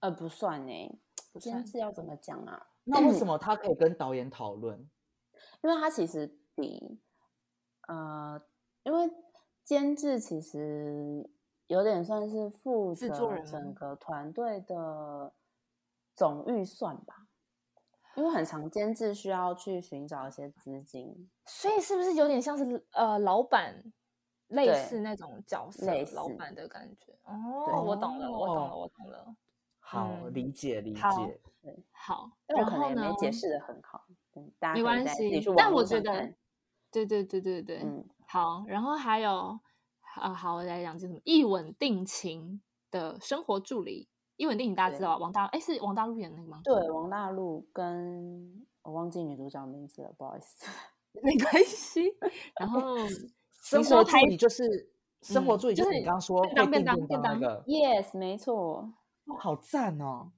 A: 呃，不算呢，
B: 不
A: 监
B: 算。
A: 制要怎么讲啊？
C: 那为什么他可以跟导演讨论？
A: 因为它其实比呃，因为监制其实有点算是负
B: 制
A: 责
B: 作人吗
A: 整个团队的总预算吧。因为很长监制需要去寻找一些资金，
B: 所以是不是有点像是呃老板类
A: 对
B: 似那种角色
A: 类
B: 老
A: 似
B: 板的感觉？哦，我懂了，我懂了，我懂了。
C: 好，
B: 嗯
C: 理解理
B: 好
C: 解。
B: 好，
A: 但我
B: 然
A: 可能
B: 后
A: 也
B: 呢
A: 没？解释的很好，嗯，大
B: 没
A: 家可以
B: 关
A: 再自己
B: 系
A: 去，
B: 但
A: 网
B: 我
A: 络
B: 觉
A: 上
B: 得
A: 看。，
B: 对对对对对，
A: 嗯，
B: 好，然后还有啊、好，我来讲这什么一吻定情的生活助理。一吻定情大家知
A: 对
B: 道吧，王大哎是王大陆演的那个吗？
A: 对，王大陆跟我忘记女主角名字了，不好意思。
B: 没关系。然后
C: 生
B: 说
C: 活助
B: 拍
C: 理就是生活
B: 嗯
C: 助理，就是
B: 就是
C: 你刚刚说
B: 便当
C: 会订
B: 便当
C: 便
B: 便
C: 当那
B: 当
C: 个，
A: Yes，没错。
C: 哇好赞哦！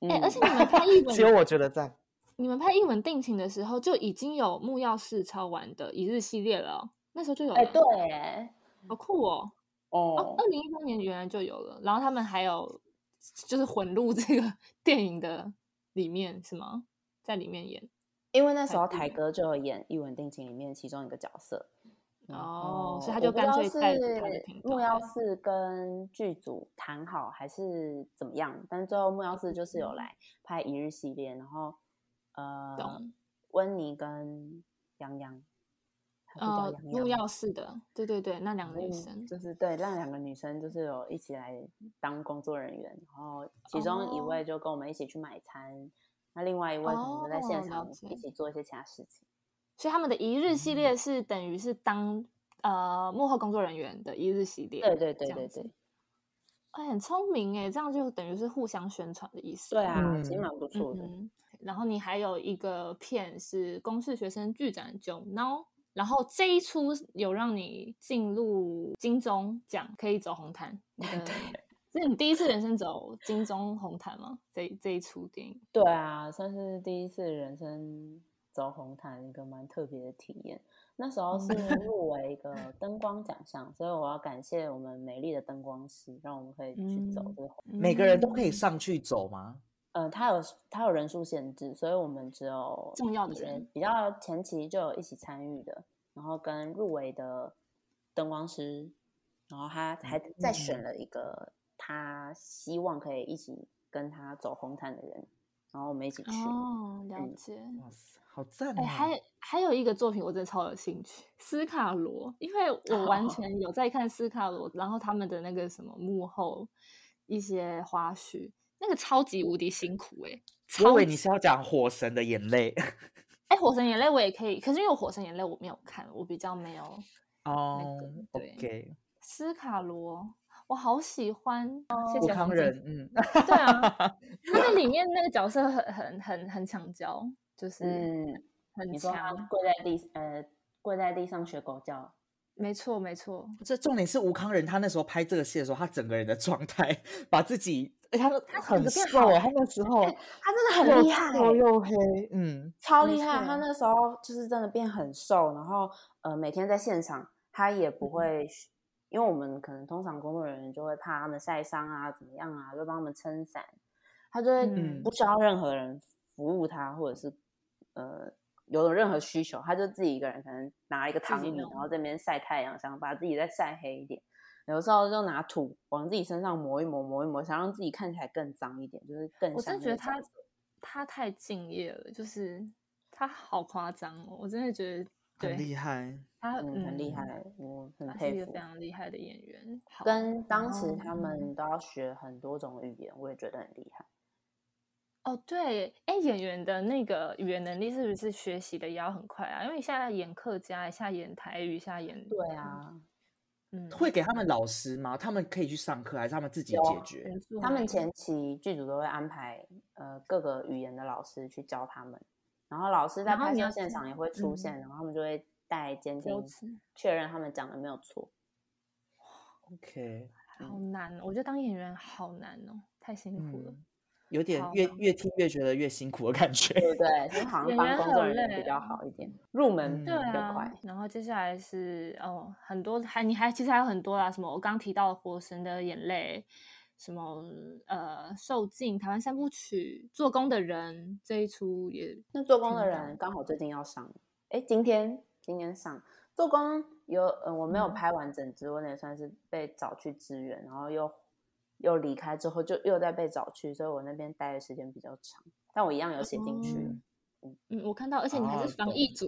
A: 嗯
B: 哎、而且你们拍一吻
C: 只有我觉得赞。
B: 你们拍《一吻定情》的时候，就已经有木曜市超玩的一日系列了哦、那时候就有了，
A: 哎，对，哎
B: 好酷哦！哦
A: 哦，，
B: 二零一八年原来就有了，然后他们还有 就是混入这个电影的里面是吗？在里面演，
A: 《因为那时候台哥就有演《一吻定情》里面其中一个角色，
B: 哦，所
A: 我
B: 以他就
A: 不知
B: 干
A: 道
B: 脆带着他的
A: 是
B: 频道
A: 木
B: 来
A: 曜四跟剧组谈好还是怎么样，但最后木曜四就是
B: 嗯
A: 有来拍一日系列，然后呃
B: 懂，
A: 温妮跟杨洋，还是叫
B: 呃
A: 杨洋
B: 木曜四的，对对对，那两个女
A: 嗯
B: 生，
A: 就是对，让两个女生就是有一起来当工作人员，然后其中一
B: 哦
A: 位就跟我们一起去买餐，那另外一位可能就在
B: 哦
A: 现
B: 了
A: 场
B: 解
A: 一起做一些其他事情。
B: 所以他们的一日系列
A: 嗯
B: 是等于是当呃幕后工作人员的一日系列，
A: 对对对
B: 这样
A: 对
B: 子
A: 对，
B: 哎，很聪明哎，这样就等于是互相宣传的意思。
A: 对啊，其实
C: 嗯
A: 蛮不
B: 嗯
A: 错的。
B: 哼然后你还有一个片是《公式学生剧展九 now》，然后这一出有让你进入金钟奖，可以走红毯。你 的这是你第一次人生走金钟红毯吗？这一这一出电影，
A: 对啊，算是第一次人生走红毯一个蛮特别的体验。那时候是
B: 嗯
A: 入围一个灯光奖项，所以我要感谢我们美丽的灯光师，让我们可以去走
B: 嗯
A: 这个红。
C: 每个人都可以
B: 嗯
C: 上去走吗？
A: 呃，它有它有人数限制，所以我们只有
B: 重要的
A: 一些
B: 人
A: 比较前期就有一起参与的，然后跟入围的灯光师，然后他还再选
C: 嗯
A: 了一个他希望可以一起跟他走红毯的人，然后我们一起去。
B: 哦，了
A: 嗯
B: 解。
C: 哇塞，好赞
B: 哎、
C: 哦！
B: 还有还有一个作品我真的超有兴趣，《斯卡罗》，因为我完全有在看斯卡罗，然后他们的那个什么幕后一些花絮，那个超级无敌辛苦
C: 我
B: 哎、
C: 以
B: 超
C: 为你是要讲《火神的眼泪》
B: 哎，《火神眼泪》我也可以，可是因为《火神眼泪》我没有看，我比较没有
C: 哦。
B: 对
C: OK，
B: 斯卡罗。我好喜欢，谢
C: 吴
B: 谢
C: 康
B: 黄静
C: 仁，嗯，
B: 对啊，他在里面那个角色很很很很强娇，就是
A: 嗯，
B: 很
A: 你说他
B: 强，
A: 跪在地呃跪在地上学狗叫，
B: 没错没错，
C: 这重点是吴康仁，他那时候拍这个戏的时候，他整个人的状态，把自己，哎，他
B: 他整
C: 很
B: 个变
C: 瘦
B: 好
C: 欸，他那时候
A: 他真的很厉害，
C: 又瘦又黑，嗯，
A: 超
B: 没
A: 厉害！他
B: 错
A: 那时候就是真的变很瘦，然后呃，每天在现场他也
B: 嗯
A: 不会，因为我们可能通常工作人员就会怕他们晒伤啊，怎么样啊，就帮他们撑伞，他就会
B: 嗯
A: 不需要任何人服务他，或者是呃有任何需求，他就自己一个人可能拿一个
B: 自
A: 躺
B: 己
A: 椅，
B: 弄
A: 然后这边晒太阳，想把自己再晒黑一点。有时候就拿土往自己身上抹一抹，抹一抹，想让自己看起来更脏一点，就是更
B: 我
A: 像那
B: 真的觉得
A: 个角
B: 他
A: 色
B: 他太敬业了，就是他好夸张哦！我真的觉得
C: 很
B: 对
C: 厉害。
B: 他
A: 嗯很厉
B: 嗯
A: 害，我很
B: 他是一
A: 佩
B: 个
A: 服
B: 非。常厉害的演员。好哦
A: 跟
B: 然
A: 当时
B: 后
A: 他们都要学很多种语言，我也觉得很厉害。
B: 哦对，哎，演员的那个语言能力是不是学习的也要很快啊？因为你现在演客家，一下演台语，一下演
A: 对，啊，
B: 嗯，
C: 会给他们老师吗？他们可以去上课，还是他们自己
A: 有
C: 解决？
B: 人数
A: 嗯他们
B: 很
A: 前期剧组都会安排呃各个语言的老师去教他们，然后老师在
B: 然后
A: 拍
B: 你
A: 摄
B: 要嗯
A: 现
B: 知
A: 场也会出现，然后他们就会带监
B: 纠
A: 听
B: 缠
A: 确认他们讲的没有错。
C: OK，
B: 好难哦，我觉得当演员好难哦，太辛苦了。
C: 嗯，有点
B: 好
C: 越越听越觉得越辛苦的感觉。
A: 对不对，就好像
B: 演
A: 帮
B: 员
A: 工作
B: 很
A: 人员比
B: 累
A: 较好一点，入门
C: 嗯
A: 比
B: 对
A: 较
B: 啊
A: 快。，
B: 然后接下来是哦，很多还你还其实还有很多啦，什么我刚提到的《火神的眼泪》，什么呃《受尽》《台湾三部曲》《做工的人》这一出也
A: 那做工的
B: 听到
A: 人刚好最近要上，哎，今天今天上做工有，呃，我没有
B: 嗯
A: 拍完整支，我也算是被找去支援，然后又又离开之后就又再被找去，所以我那边待的时间比较长，但我一样有写进去。
C: 嗯
B: 嗯我看到，而且你还
A: 哦
C: 啊
B: 是防
C: 懂
B: 疫组，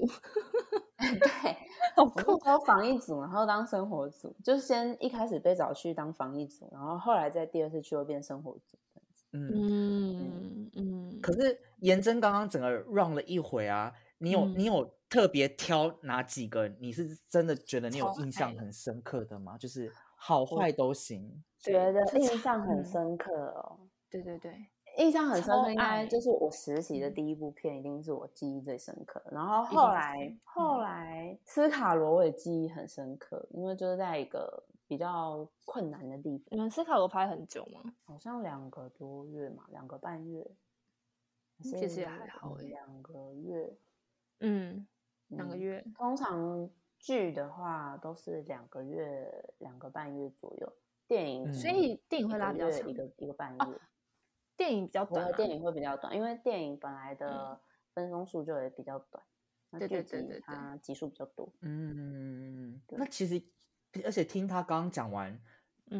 A: 对，
B: 哦好
A: 我
B: 酷
A: 那时候防疫组，然后当生活组，就是先一开始被找去当防疫组，然后后来在第二次去又变生活组。
C: 嗯，
B: 嗯嗯，
C: 可是颜真刚刚整个 run 了一回啊，你有、
B: 嗯
C: 你有特别挑哪几个？你是真的觉得你有
B: 超
C: 印
B: 爱
C: 象很深刻的吗？就是好坏都行。
A: 觉得印象很
B: 嗯
A: 深刻哦，
B: 对对对，
A: 印象很深
B: 超
A: 刻，应该
B: 爱嗯
A: 就是我实习的第一部片，一定是我记忆最深刻。然后
B: 一
A: 后
B: 定
A: 来、
B: 是
A: 后
B: 嗯
A: 来斯卡罗我也记忆很深刻，因为就是在一个比较困难的地方，
B: 你们斯卡罗拍很久吗？
A: 好像两个多月嘛，两个半月，
B: 嗯其实也还好
A: 诶，
B: 欸
A: 两个月，
B: 嗯，两个
A: 嗯。
B: 月，
A: 通常剧的话都是两个月、两个半月左右，电影
B: 所
C: 嗯
B: 以电
A: 一
B: 影
A: 个
B: 会拉比较
A: 月
B: 长哦
A: 一，个一个半月。
B: 啊电影比较
A: 我
B: 短
A: 的
B: 啊，嗯
A: 电影会比较短，因为电影本来的分钟数就会比较短。那
B: 对对
A: 剧
B: 对对
A: 集
B: 对
A: 它集数比较多，
C: 嗯，
A: 对
C: 那其实而且听他刚刚讲完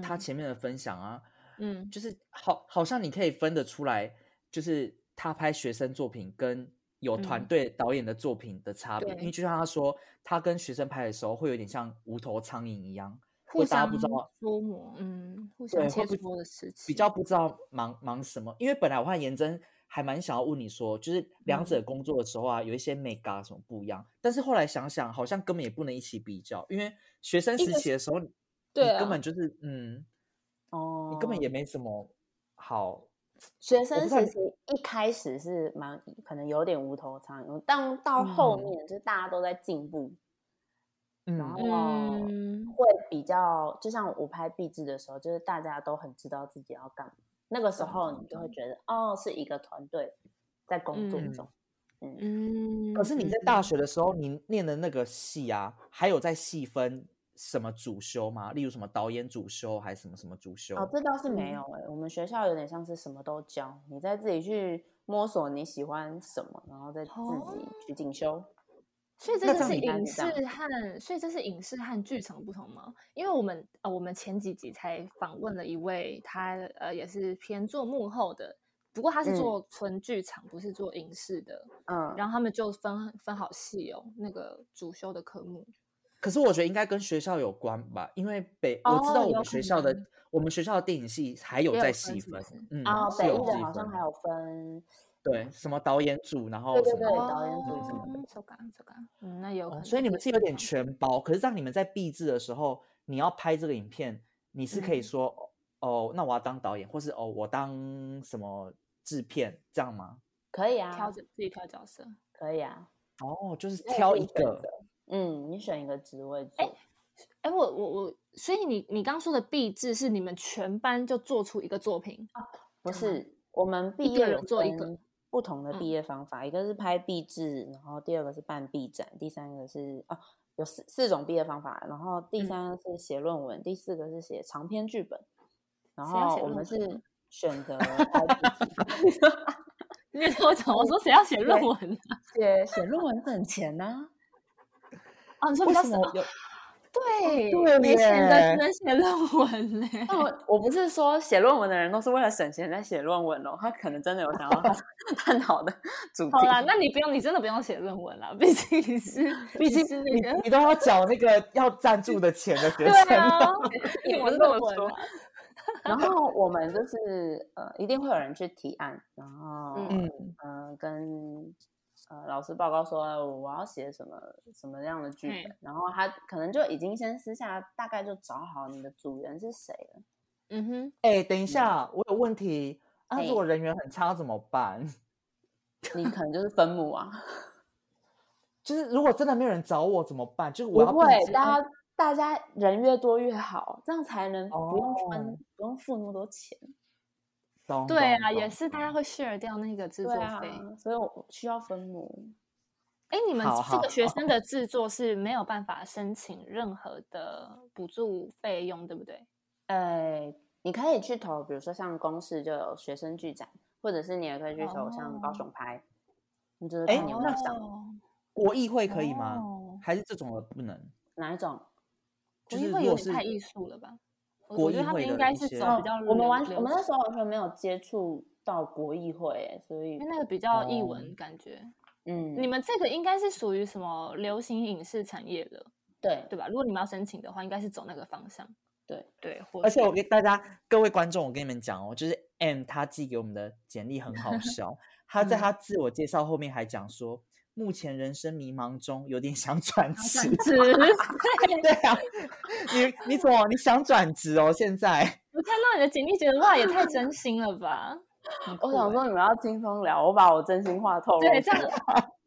C: 他
B: 嗯
C: 前面的分享啊，
D: 嗯，
C: 就是好好像你可以分得出来，就是他拍学生作品跟有团
D: 嗯
C: 队导演的作品的差别，
B: 对
C: 因为就像他说，他跟学生拍的时候会有点像无头苍蝇一样，
D: 互
C: 大家
D: 相
C: 不知道
D: 捉摸，嗯，互
C: 对
D: 相
C: 会
D: 切
C: 不
D: 磋的事情，
C: 比较不知道忙忙什么。因为本来我和颜真还蛮想要问你说，就是两
D: 嗯
C: 者工作的时候啊，有一些 make 啊什么不一样，但是后来想想，好像根本也不能一起比较，因为学生
D: 一
C: 时
D: 个
C: 期的时候，你
D: 对
C: 根
D: 啊
C: 本就是嗯，
A: 哦
C: 你根本也没什么好。
A: 学
C: 不
A: 生
C: 知道
A: 时
C: 你
A: 期一开始是蛮可能有点无头苍蝇，但到后
C: 嗯
A: 面就大家都在进步，
C: 嗯，
A: 后
D: 嗯，
A: 会比较就像我拍壁纸的时候，就是大家都很知道自己要干嘛。那
D: 嗯
A: 个时候你就会觉得哦，是一个团队在工作
C: 嗯
A: 中。
D: 嗯，
C: 可是你在大学的时候，你念的那个系啊，还有在细分什么主修吗？例如什么导演主修，还是什么什么主修？
A: 哦，这倒是没
D: 嗯
A: 有哎、我们学校有点像是什么都教，你再自己去摸索你喜欢什么，然后再自己去进修。
D: 所以
C: 那
D: 这就
C: 这样
D: 是
C: 你
A: 应该
D: 影
A: 是
D: 视
A: 这样
D: 和，所以这是影视和剧场不同吗？因为我们呃，我们前几集才访问了一位，他呃也是偏做幕后的，不过他是
A: 嗯
D: 做纯剧场，不是做影视的。
A: 嗯，
D: 然后他们就分分好细哦，那个主修的科目。
C: 可是我觉得应该跟学校有关吧，因为北、我知
D: 哦
C: 道我
D: 有
C: 们
D: 可
C: 学校的
D: 能
C: 我们学校的电影系还有
D: 也有
C: 在
D: 分
C: 细
D: 是不
C: 分，
D: 是哦
C: 嗯，
A: 然后
C: 是
A: 北
C: 有
A: 艺的
C: 细
A: 好像
C: 分
A: 还有分，
C: 对什么导演组，然后
A: 对对
C: 什么
A: 对导演组什么的
D: 哦，这个这个，嗯，那有可
C: 哦
D: 能。
C: 所以你们是有点
D: 全。
C: 全包。可是让你们在毕制的时候，你要拍这个影片，你是可以
D: 嗯
C: 说、哦，那我要当导演，或是哦，我当什么制片，这样吗？
A: 可以
D: 挑
A: 啊，
D: 自己挑角色。
A: 可以啊，
C: 哦，就是
A: 那也
C: 挑
A: 可以
C: 一
A: 选
C: 个
A: 择，嗯，你选一个职位做，
D: 哎哎，我我我，所以你你刚说的毕制是你们全班就做出一个作品，
A: 不
D: 这样吗
A: 是我们毕
D: 一个
A: 业有
D: 人做一个
A: 分不同的
D: 嗯
A: 毕业方法，一个是拍毕制，然后第二个是办毕展，第三个是啊有四四种毕业方法，然后第
D: 嗯
A: 三个是写论文，第四个是写长篇剧本，然
D: 谁要
A: 后
D: 写
A: 我们
D: 论文
A: 是
D: 啊
A: 选择拍毕制。
D: 你也跟我讲，我说谁要写论文啊？
A: 写写论文省钱呐、
D: 哦，你说比
C: 为
D: 较
C: 什
D: 少
C: 么，有？
D: 哦对，
C: 对
D: 没钱的
C: 耶
D: 只能写论 文嘞。
A: 但我我不是说写论文的人都是为了省钱在写论文哦，他可能真的有想要探讨的主题。
D: 好啦，那你不用，你真的不用写论文啦， 毕竟你是，
C: 毕竟
D: 你是
C: 你
D: 那 个，
C: 你都要缴那个 要赞助的钱的学
D: 对
C: 生，
D: 啊，
A: 你
D: 英
A: 不
D: 文
A: 是这么
D: 论文
A: 说
D: 啊，
A: 然后我们就是呃，一定会有人去提案，然后嗯、
C: 嗯，
A: 呃跟呃老师报告说我要写什么什么样的剧本
D: 嘿，
A: 然后他可能就已经先私下大概就找好你的组员是谁了。
D: 嗯哼，
C: 哎、等一下，我有问题啊，
A: 哎
C: 如果人缘很差怎么办？
A: 你可能就是分母 啊，
C: 就是如果真的没有人找我怎么办？就是
A: 不
C: 我要
A: 会
C: 毕，制
A: 大家大家人越多越好，这样才能不用分、
C: 哦
A: 不用付那么多钱。
C: 懂
D: 对
C: 懂
D: 啊，也
C: 懂
D: 是大家会 share 掉那个制
A: 对
D: 作
A: 啊
D: 费。，
A: 所以我需要分母。
D: 哎，你们
C: 好
D: 这
C: 好
D: 个学 生的制作是没有办法申请任何的补助费用，对不对？
A: 呃，你可以去投，比如说像公视就有学生剧展，或者是你也可以去投像高
D: 哦
A: 雄拍，你就是
C: 哎
A: 看你有没有想、
D: 哦
C: 国议会可以吗？
D: 哦
C: 还是这种的不能？
A: 哪一种。
C: 就
D: 国
C: 是
D: 议
C: 如
D: 会有
C: 果
D: 点
C: 是
D: 太艺术了吧？我
C: 国
D: 我觉得
C: 议
D: 他
C: 会
D: 们
C: 的
D: 应该
C: 一
D: 是
C: 些
D: 走
A: 哦
D: 比较
A: 我们
D: 流
A: 完
D: 流
A: 我们那
D: 行
A: 时候完全没有接触到国议会欸，所以
D: 因为那个比较译
C: 哦
D: 文感觉。
A: 嗯，
D: 你们这个应该是属于什么流行影视产业了，
A: 对
D: 对吧？如果你们要申请的话，应该是走那个方向。
A: 对呃
D: 对，或
C: 而且
D: 是
C: 我跟大家各位观众，我跟你们讲哦，就是 M 他寄给我们的简历很好笑，他在他自我介绍后面还讲说，目前人生迷茫中，有点想转职。
D: 是
C: 对啊，你你怎么你想转职哦？现在
D: 我看到你的简历，觉得哇，也太真心了吧！很
A: 我
D: 酷
A: 想
D: 欸
A: 说你们要轻松聊，我把我真心话透露出来。
D: 对，这 样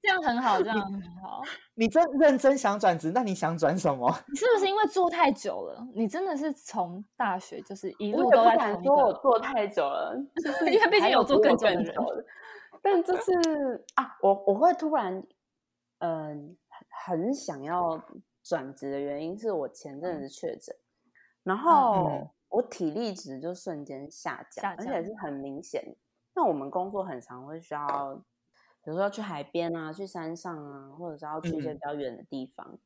D: 这样很好，这样很好。
C: 你真认真想转职，那你想转什么？
D: 你是不是因为做太久了？你真的是从大学就是一
A: 我
D: 路
A: 也
D: 都
A: 不
D: 在同
A: 敢
D: 一
A: 说我
D: 个，
A: 做太久了，就是
D: 因为毕
A: 还
D: 竟有做
A: 比我
D: 更久的人
A: 的。但就是啊，我我会突然嗯、很很想要转职的原因是我前阵
D: 嗯
A: 子确诊，然后
C: 嗯
A: 我体力值就瞬间下降，
D: 下
A: 而且
D: 降
A: 是很明显。那我们工作很常会需要比如说去海边啊，去山上啊，或者是要去一
D: 嗯
A: 些比较远的地方，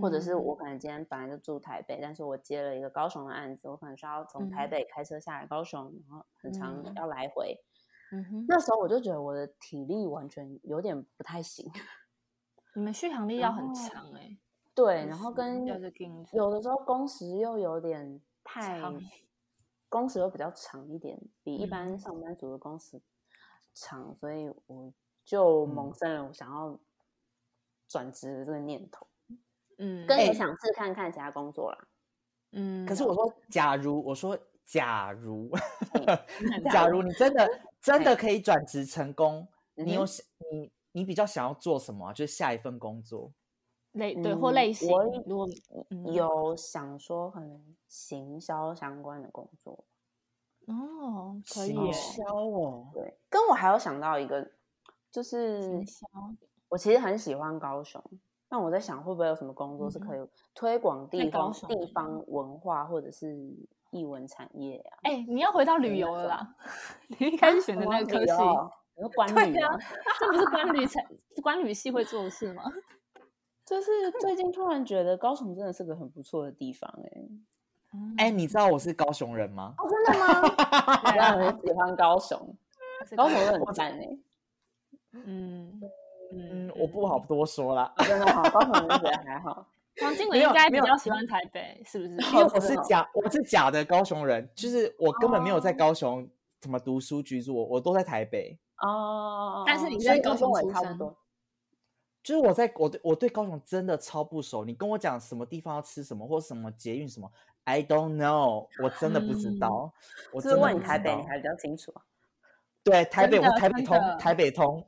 A: 或者是我可能今天本来就住台北，但是我接了一个高雄的案子，我可能需要从
D: 嗯
A: 台北开车下来高雄，然后很长
B: 嗯
A: 要来回。
B: 嗯哼，
A: 那时候我就觉得我的体力完全有点不太行，
D: 你们续航力要
A: 然
D: 很
A: 后
D: 强哎、欸，
A: 对，然
D: 就
A: 后
D: 是
A: 跟
D: 要是盯着
A: 有的时候工时又有点太
D: 长，
A: 工时又比较长一点，比一般
D: 嗯
A: 上班族的工时长，所以我就萌
C: 嗯
A: 生了我想要转职的这个念头，
D: 嗯，
A: 跟也
C: 哎
A: 想试看看其他工作啦。
D: 嗯，
C: 可是我说，假如我说，假如，
D: 很
C: 假如你真的真的
A: 嘿
C: 可以转职成功，你有
A: 嗯哼
C: 想你你比较想要做什么啊？就是下一份工作，
D: 类对或类
A: 嗯
D: 型，
A: 我
D: 如果嗯
A: 有想说可能行销相关的工作，
D: 哦，可以
C: 行
D: 耶
C: 销哦，
A: 对，跟我还有想到一个，就是
D: 行销
A: 我其实很喜欢高雄，但我在想会不会有什么工作是可以推广地
D: 嗯在高
A: 方、
D: 雄嗯
A: 地
D: 吗
A: 方文化或者是艺文产业啊？
D: 哎、你要回到旅游了啦，你一开始选的那个科系，
A: 有关旅
D: 对
A: 游
D: 啊，这不是关旅才关旅系会做的事吗？
A: 就是最近突然觉得高雄真的是个很不错的地方哎、
D: 嗯
C: 哎，你知道我是高雄人吗？
A: 哦，真的吗？我真的很喜欢高雄，
D: 这个
A: 高雄真的很赞哎、
D: 嗯嗯
C: 嗯，我不好多说啦，
A: 哦真的好，高雄我就觉得还 好。
D: 黄经
C: 没
D: 理
C: 有
D: 应该比
C: 没有
D: 较喜欢台北，是不是？
C: 因为我
A: 是
C: 是
A: 哦
C: 假我是假的高雄人，就是我根本没有
D: 哦
C: 在高雄什么读书居住，我都在台北。
A: 哦，
D: 但是你
A: 所
D: 在
A: 以
D: 高
A: 跟
D: 雄
A: 我也
D: 出
A: 差不
D: 生
A: 多，
C: 就是我在我对我对高雄真的超不熟，你跟我讲什么地方要吃什么，或什么捷运什么，I don't know，我真的不知
D: 嗯
C: 道。我
A: 就
C: 真
A: 是
C: 的
A: 问你
C: 不
A: 台
C: 知
A: 北，你
C: 道
A: 还比较清楚啊。
C: 对台北，
D: 真
C: 我
D: 的
C: 是台北
D: 真
C: 通
D: 的，
C: 台北通。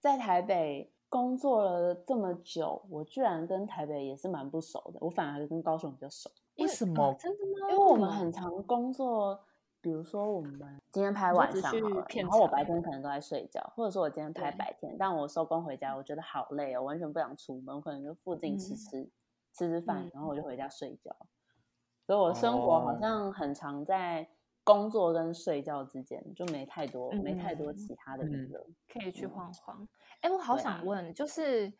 A: 在台北工作了这么久，我居然跟台北也是蛮不熟的，我反而跟高雄比较熟，
C: 为什么
D: 哦真的吗？
A: 因为我们很常工作，比如说我们今天拍
D: 你说
A: 晚
D: 只
A: 上
D: 去
A: 好了，
D: 片
A: 然后我
D: 场
A: 白天可能都在睡觉，或者说我今天拍
D: 对
A: 白天，但我收工回家，我觉得好累哦，完全不想出门，我可能就附近吃
D: 嗯
A: 吃、吃吃饭
D: 嗯，
A: 然后我就回家睡觉，所以我生活好
C: 哦
A: 像很常在。工作跟睡觉之间就没太多，没太多
D: 嗯
A: 其他的娱
C: 嗯
A: 乐。
D: 可以去
A: 嗯
D: 晃晃。哎、我好
A: 对啊
D: 想问，就是，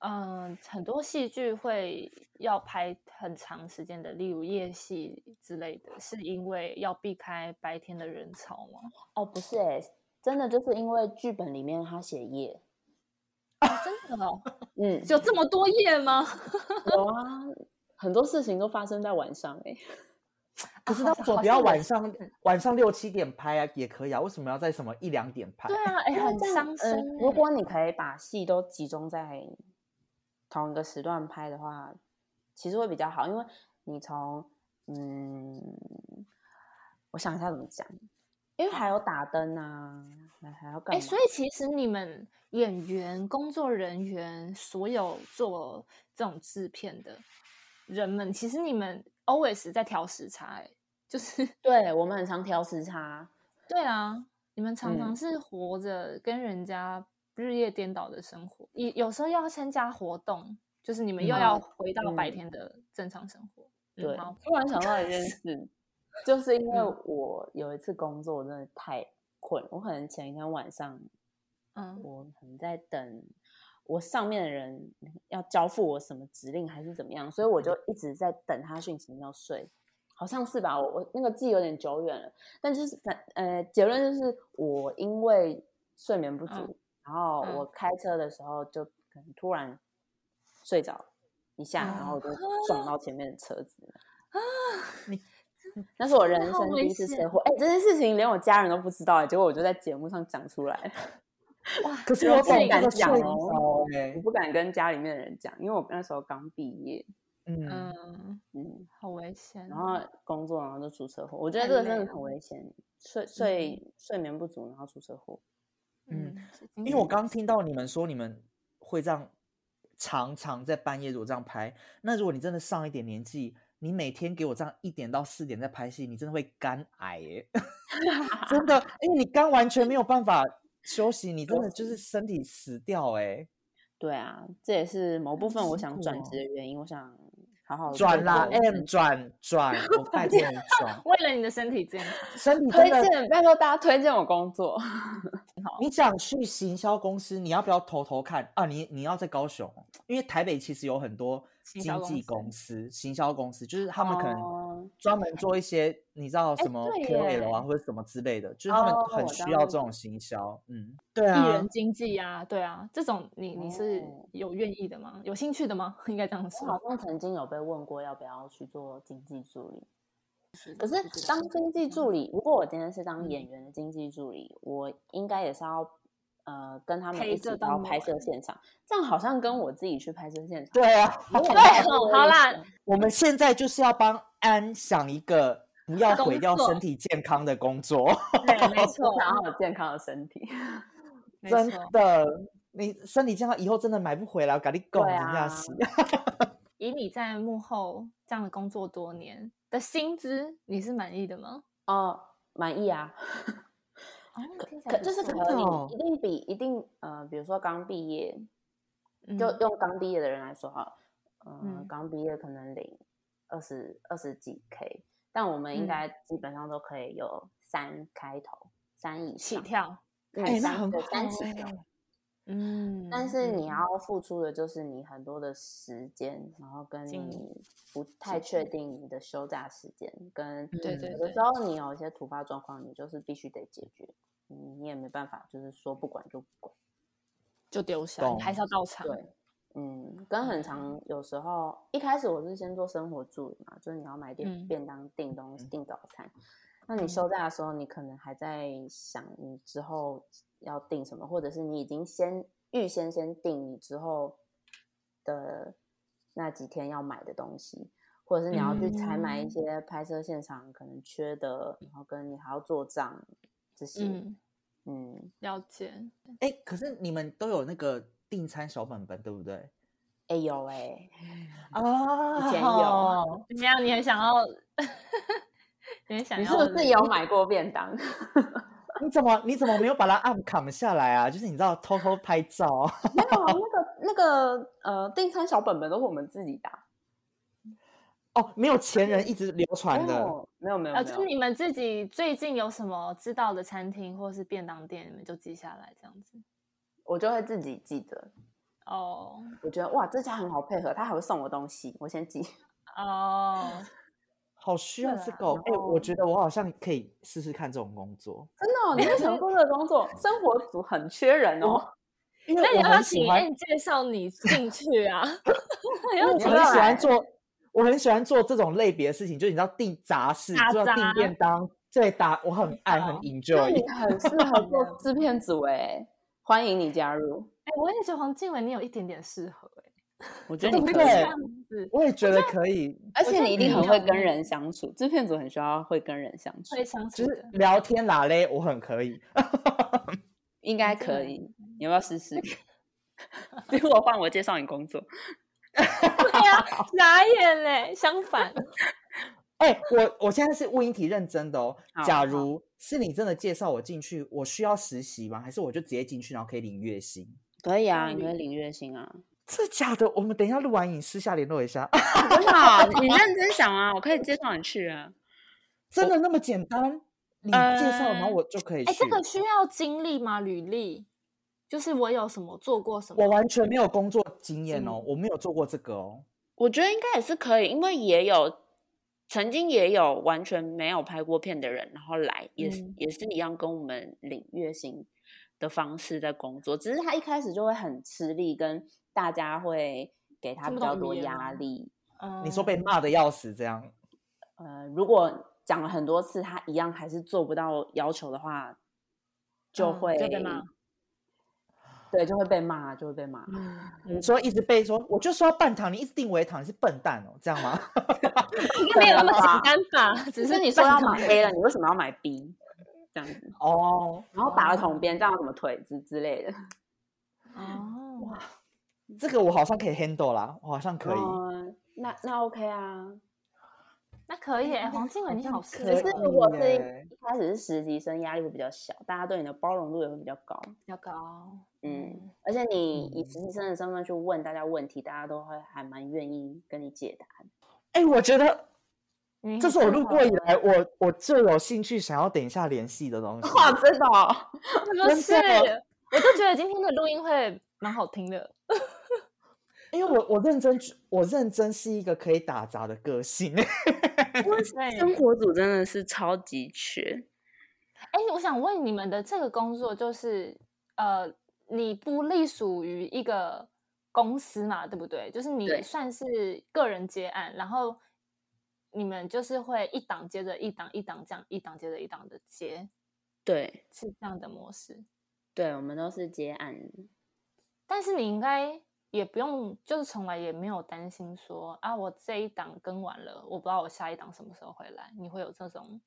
D: 嗯、很多戏剧会要拍很长时间的，例如夜戏之类的，是因为要避开白天的人潮吗？
A: 哦，不是哎、真的就是因为剧本里面他写夜，
D: 哦、真的哦，
A: 嗯，
D: 有这么多夜吗？
A: 有啊，很多事情都发生在晚上哎、
C: 可是
D: 好
C: 他
D: 像
C: 总
D: 好
C: 不要
D: 像也
C: 晚
D: 是
C: 上晚上六七点拍啊，也可以啊，为什么要在什么一两点拍
D: 对？啊， 哎、
A: 因为
D: 很
A: 这样
D: 伤身
A: 呃
D: 欸、
A: 如果你可以把戏都集中在同一个时段拍的话，其实会比较好，因为你从嗯，我想一下怎么讲，因为还有打灯啊，还还要干
D: 哎、
A: 嘛？
D: 所以其实你们演员、工作人员，所有做这种制片的人们，其实你们 always 在调时差、哎，就是
A: 对我们很常调时差，
D: 对啊，你们常常
A: 嗯
D: 是活着跟人家日夜颠倒的生活，有有时候要参加活动，就是你们又
A: 嗯
D: 要回到白
A: 嗯
D: 天的正常生活。嗯
A: 对
D: 好，
A: 突然想到一件事，就是因为
D: 嗯
A: 我有一次工作真的太困了，我可能前一天晚上
D: 嗯
A: 我可能在等我上面的人要交付我什么指令还是怎么样，所以我
D: 嗯
A: 就一直在等他讯息没有睡，好像是吧？我我那个记忆有点久远了，但就是反呃结论就是我因为睡眠不足，
D: 嗯
A: 然后
D: 嗯
A: 我开车的时候就可能突然睡着。一下，然后我就
D: 哦
A: 撞到前面的车子， 那是我人
D: 啊好
A: 生
D: 危
A: 第一次
D: 险
A: 车祸。哎、这件事情连我家人都不知道、欸结果我就在节目上讲出来了，
D: 哇，
C: 可是
A: 有
C: 我
A: 这
C: 懂
A: 敢
C: 这个
A: 讲
C: 睡
A: 哦
C: 着欸
A: 我不敢跟家里面的人讲，因为我那时候刚毕业，
C: 嗯，
D: 嗯，
A: 嗯，
D: 好危险
A: 然
D: 哦。
A: 后工作然后就出车祸，我觉得
D: 太
A: 这个真
D: 累
A: 的很
D: 了
A: 危险，睡睡、睡眠不足然后出车祸，
C: 嗯
D: 嗯，这，
C: 因为我刚听到你们说你们会这样常常在半夜如果这样拍，那如果你真的上一点年纪，你每天给我这样一点到四点在拍戏，你真的会肝癌 耶、真的，因为你肝完全没有办法休息，你 真的就是身体死掉哎、
A: 对啊，这也是某部分我
C: 辛
A: 想
C: 苦
A: 转
C: 哦
A: 职的原因，我想好好
C: 转啦哎
A: 推荐
C: ，M 转转，我拜托你转
D: 为了你的身体健康，
C: 身体真
A: 推
C: 的，
A: 荐，拜托大家推荐我工作。
C: 你想去行销公司，你要不要偷偷看啊？你你要在高雄，因为台北其实有很多
D: 行销
C: 经纪
D: 公
C: 公司、行销公司，就是他们可能
A: 哦
C: 专门做一些你知道
D: 哎
C: 什么
D: 对
C: KOL 啊
D: 耶
C: 或者什么之类的，就是他们
A: 哦
C: 很
A: 我
C: 需
A: 当
C: 要
A: 然
C: 这
A: 懂
C: 种行销。嗯，对
D: 艺
C: 啊
D: 人，经济啊，对啊，这种你你是
A: 哦
D: 有愿意的吗？有兴趣的吗？ 应该这样
A: 我好
D: 说。
A: 像曾经有被问过要不要去做经济助理，可
D: 就是嗯
A: 当经济助理，如果我今天是当演员的经济助理，我应该也是要呃跟他们
D: 陪
A: 一起
D: 着
A: 到
D: 到
A: 拍摄
D: 幕
A: 现场，这样好像跟我自己去拍摄现场。
C: 对啊，
A: 有点
D: 对
A: 像
D: 哦
A: 我
D: 好
A: 也
D: 啦
A: 是，
C: 我们现在就是要帮安想一个不要
D: 工
C: 毁掉
D: 作
C: 身体健康的工作，
D: 对，没
A: 我
D: 错，
A: 想要有健康的身体。
D: 没
C: 真
D: 错。
C: 的。你身体健康以后真的买不回来，我跟你讲，
A: 对
C: 真的
A: 啊
C: 是
D: 以你在幕后这样的工作多年的薪资，你是满意的吗？
A: 哦，满意啊，
D: 哦，听起来
A: 可
D: 不
A: 就是
D: 错
A: 可
C: 的哦
A: 以，一定比一定呃，比如说刚毕业，就
D: 嗯
A: 用刚毕业的人来说哈，呃、
D: 嗯
A: 刚毕业可能领二十二十几 K，但我们
D: 嗯
A: 应该基本上都可以有三开头，三以
D: 起
A: 上，
D: 跳，
A: 开
C: 哎，那
A: 三
C: 很
A: 对三
C: 好
A: 起跳。
C: 哎
D: 嗯，
A: 但是你
D: 嗯
A: 要付出的就是你很多的时间，然后跟
D: 精力
A: 你不太确定你的休假时间，跟
D: 对对
A: 嗯有
D: 对
A: 的时候你有一些突发状况，你就是必须得解决，嗯你也没办法，就是说不管就不管。
D: 就丢下，你还
C: 懂
D: 是要到场，
A: 对，嗯，跟很长有时候一开始我是先做生活助理嘛，就是你要买
D: 嗯
A: 点便当、订东西、订早餐。那你休假的时候，你可能还在想你之后要订什么，或者是你已经先预先先订你之后的那几天要买的东西，或者是你要去采买一
D: 嗯
A: 些拍摄现场可能缺的，然后跟你还要做账这些，
D: 嗯，
A: 嗯，
D: 了解，
C: 哎，可是你们都有那个订餐小本本，对不对？
A: 哎、有哎、
C: 啊，
D: 哦
A: 以前有
C: 有，
D: 怎么样？你很想要， 你很想
A: 你
D: 要，
A: 是不是有？买过便当？
C: 你怎么你怎么没有把它按扛下来啊？就是你知道偷偷拍照啊，
A: 没有啊，那个那个呃，订餐小本本都是我们自己打
C: 哦，没有前人一直流传的，
A: 哦没有没有没有，
D: 呃，就是你们自己最近有什么知道的餐厅或是便当店，你们就记下来这样子。
A: 我就会自己记得。
D: 哦
A: 我觉得哇，这家很好配合，他还会送我东西，我 先记。
D: 哦，
C: 好需要
D: 是
C: 这
D: 啦
C: 个哦。哎，
A: 然
C: 我觉得我好像可以试试看这种工 作，
A: 真的、 哦，你为什么做这个工作？生活组很缺人哦。
C: 因
D: 那
C: 为
D: 你
C: 我
D: 要不要
C: 很喜
D: 请
C: 欢
D: Ann 介绍你进去啊？
A: 因为
C: 我
A: 你
C: 很
A: 要
C: 喜
A: 来
C: 欢做，我很喜欢做这种类别的事情，就你知道订杂事，
D: 打
C: 就要
D: 杂
C: 订便当，对打，我很爱，很
D: 好
A: 那你
C: enjoy。
A: 很适合 做制片组哎，欢迎你加入。
D: 哎、我也觉得黄静雯你有一点点适合哎、
A: 我觉
C: 得
A: 得
C: 你
A: 你
C: 可
A: 可以，
C: 以对
D: 这样子
C: 我也觉得可以，
A: 而且你一定很会
D: 我觉得
A: 跟
D: 你
A: 人相处。制片组很需要会跟人相处
D: 会，相处
C: 就
D: 的，
C: 是聊天拉嘞，我很可以。
A: 应该
D: 这
A: 可
D: 个
A: 以。你要不要试 试？如果换我介绍你工作，
D: 对 呀、啊，傻眼嘞！相反，
C: 哎、我我现在是问一题认真的哦
A: 好。
C: 假
A: 好
C: 如是你真的介绍我进去，我需要实习吗？还是我就直接进去，然后可以领月薪？
A: 可以啊，
D: 像
A: 你
D: 你
A: 可以领月薪啊。
C: 这假的？我们等一下录完影私下联络一下。
A: 真的啊、你认真想啊，我可以介绍你去啊。
C: 真的那么简单？你介绍，然后
A: 呃
C: 我就可以去。
D: 哎，这个需要经历吗？履历就是我有什么做过什么？
C: 我完全没有工作经验哦
D: 嗯，
C: 我没有做过这个哦。
A: 我觉得应该也是可以，因为也有曾经也有完全没有拍过片的人，然后来也是、
D: 嗯
A: 也是一样跟我们领月薪的方式在工作，只是他一开始就会很吃力，跟大家会给他
D: 听
A: 比
D: 不
A: 较
D: 懂
A: 多
D: 语言
A: 压
D: 吗
A: 力。
C: 你
D: 嗯
C: 说被骂的要死这样，
A: 呃，如果讲了很多次，他一样还是做不到要求的话，哦就
D: 嗯
A: 会、
D: 就被骂，
A: 对，就会被骂，就会被骂。
D: 嗯，
C: 你说一直被说，我就说要半糖，你一直定为糖，你是笨蛋哦，这样吗？
D: 应该没有那么
A: 可能
D: 简单吧？只
A: 只
D: 是
A: 是你说要
D: 半
A: 买 A 了，你为什么要买 B？这样子，
C: 哦，
A: 然后打了桶边，这样怎么腿之之类的？
D: 糖哦，
A: 哦
C: 这个我好像可以 handle 啦，我好像可以。
A: 嗯那那 OK 啊，
D: 那可以欸，黄静伟你好适合
A: 可
C: 可
A: 是
C: 以
A: 如果是
C: 耶
A: 一开始是实习生，压力会比较小，大家对你的包容度也会比较高。
D: 比较高。
A: 嗯，而且你以
C: 嗯
A: 实习生的身份去问大家问题，大家都会还蛮愿意跟你解 答的。
C: 哎，我觉得
D: 嗯，
C: 这是我路过以来，我我最有兴趣想要等一下联系的东西。
A: 真的、 哦？
D: 不
C: 真
D: 是，
C: 的哦
D: 我就觉得今天的录音会蛮好听的。
C: 因为我我认真，我认真是一个可以打杂的个性。
D: 对，
A: 生活组真的是超级缺。
D: 哎，我想问你们的这个工作就是，呃，你不隶属于一个公司嘛，对不对？就是
A: 对
D: 你算是个人接案，然后你们就是会一档接着一档，一档这样，一档接着一档的接，
A: 对
D: 是这样的模式。
A: 对，我们都是接案的。
D: 但是你应该也不用，就是从来也没有担心说啊，我这一档跟完了，我不知道我下一档什么时候回来，你会有这种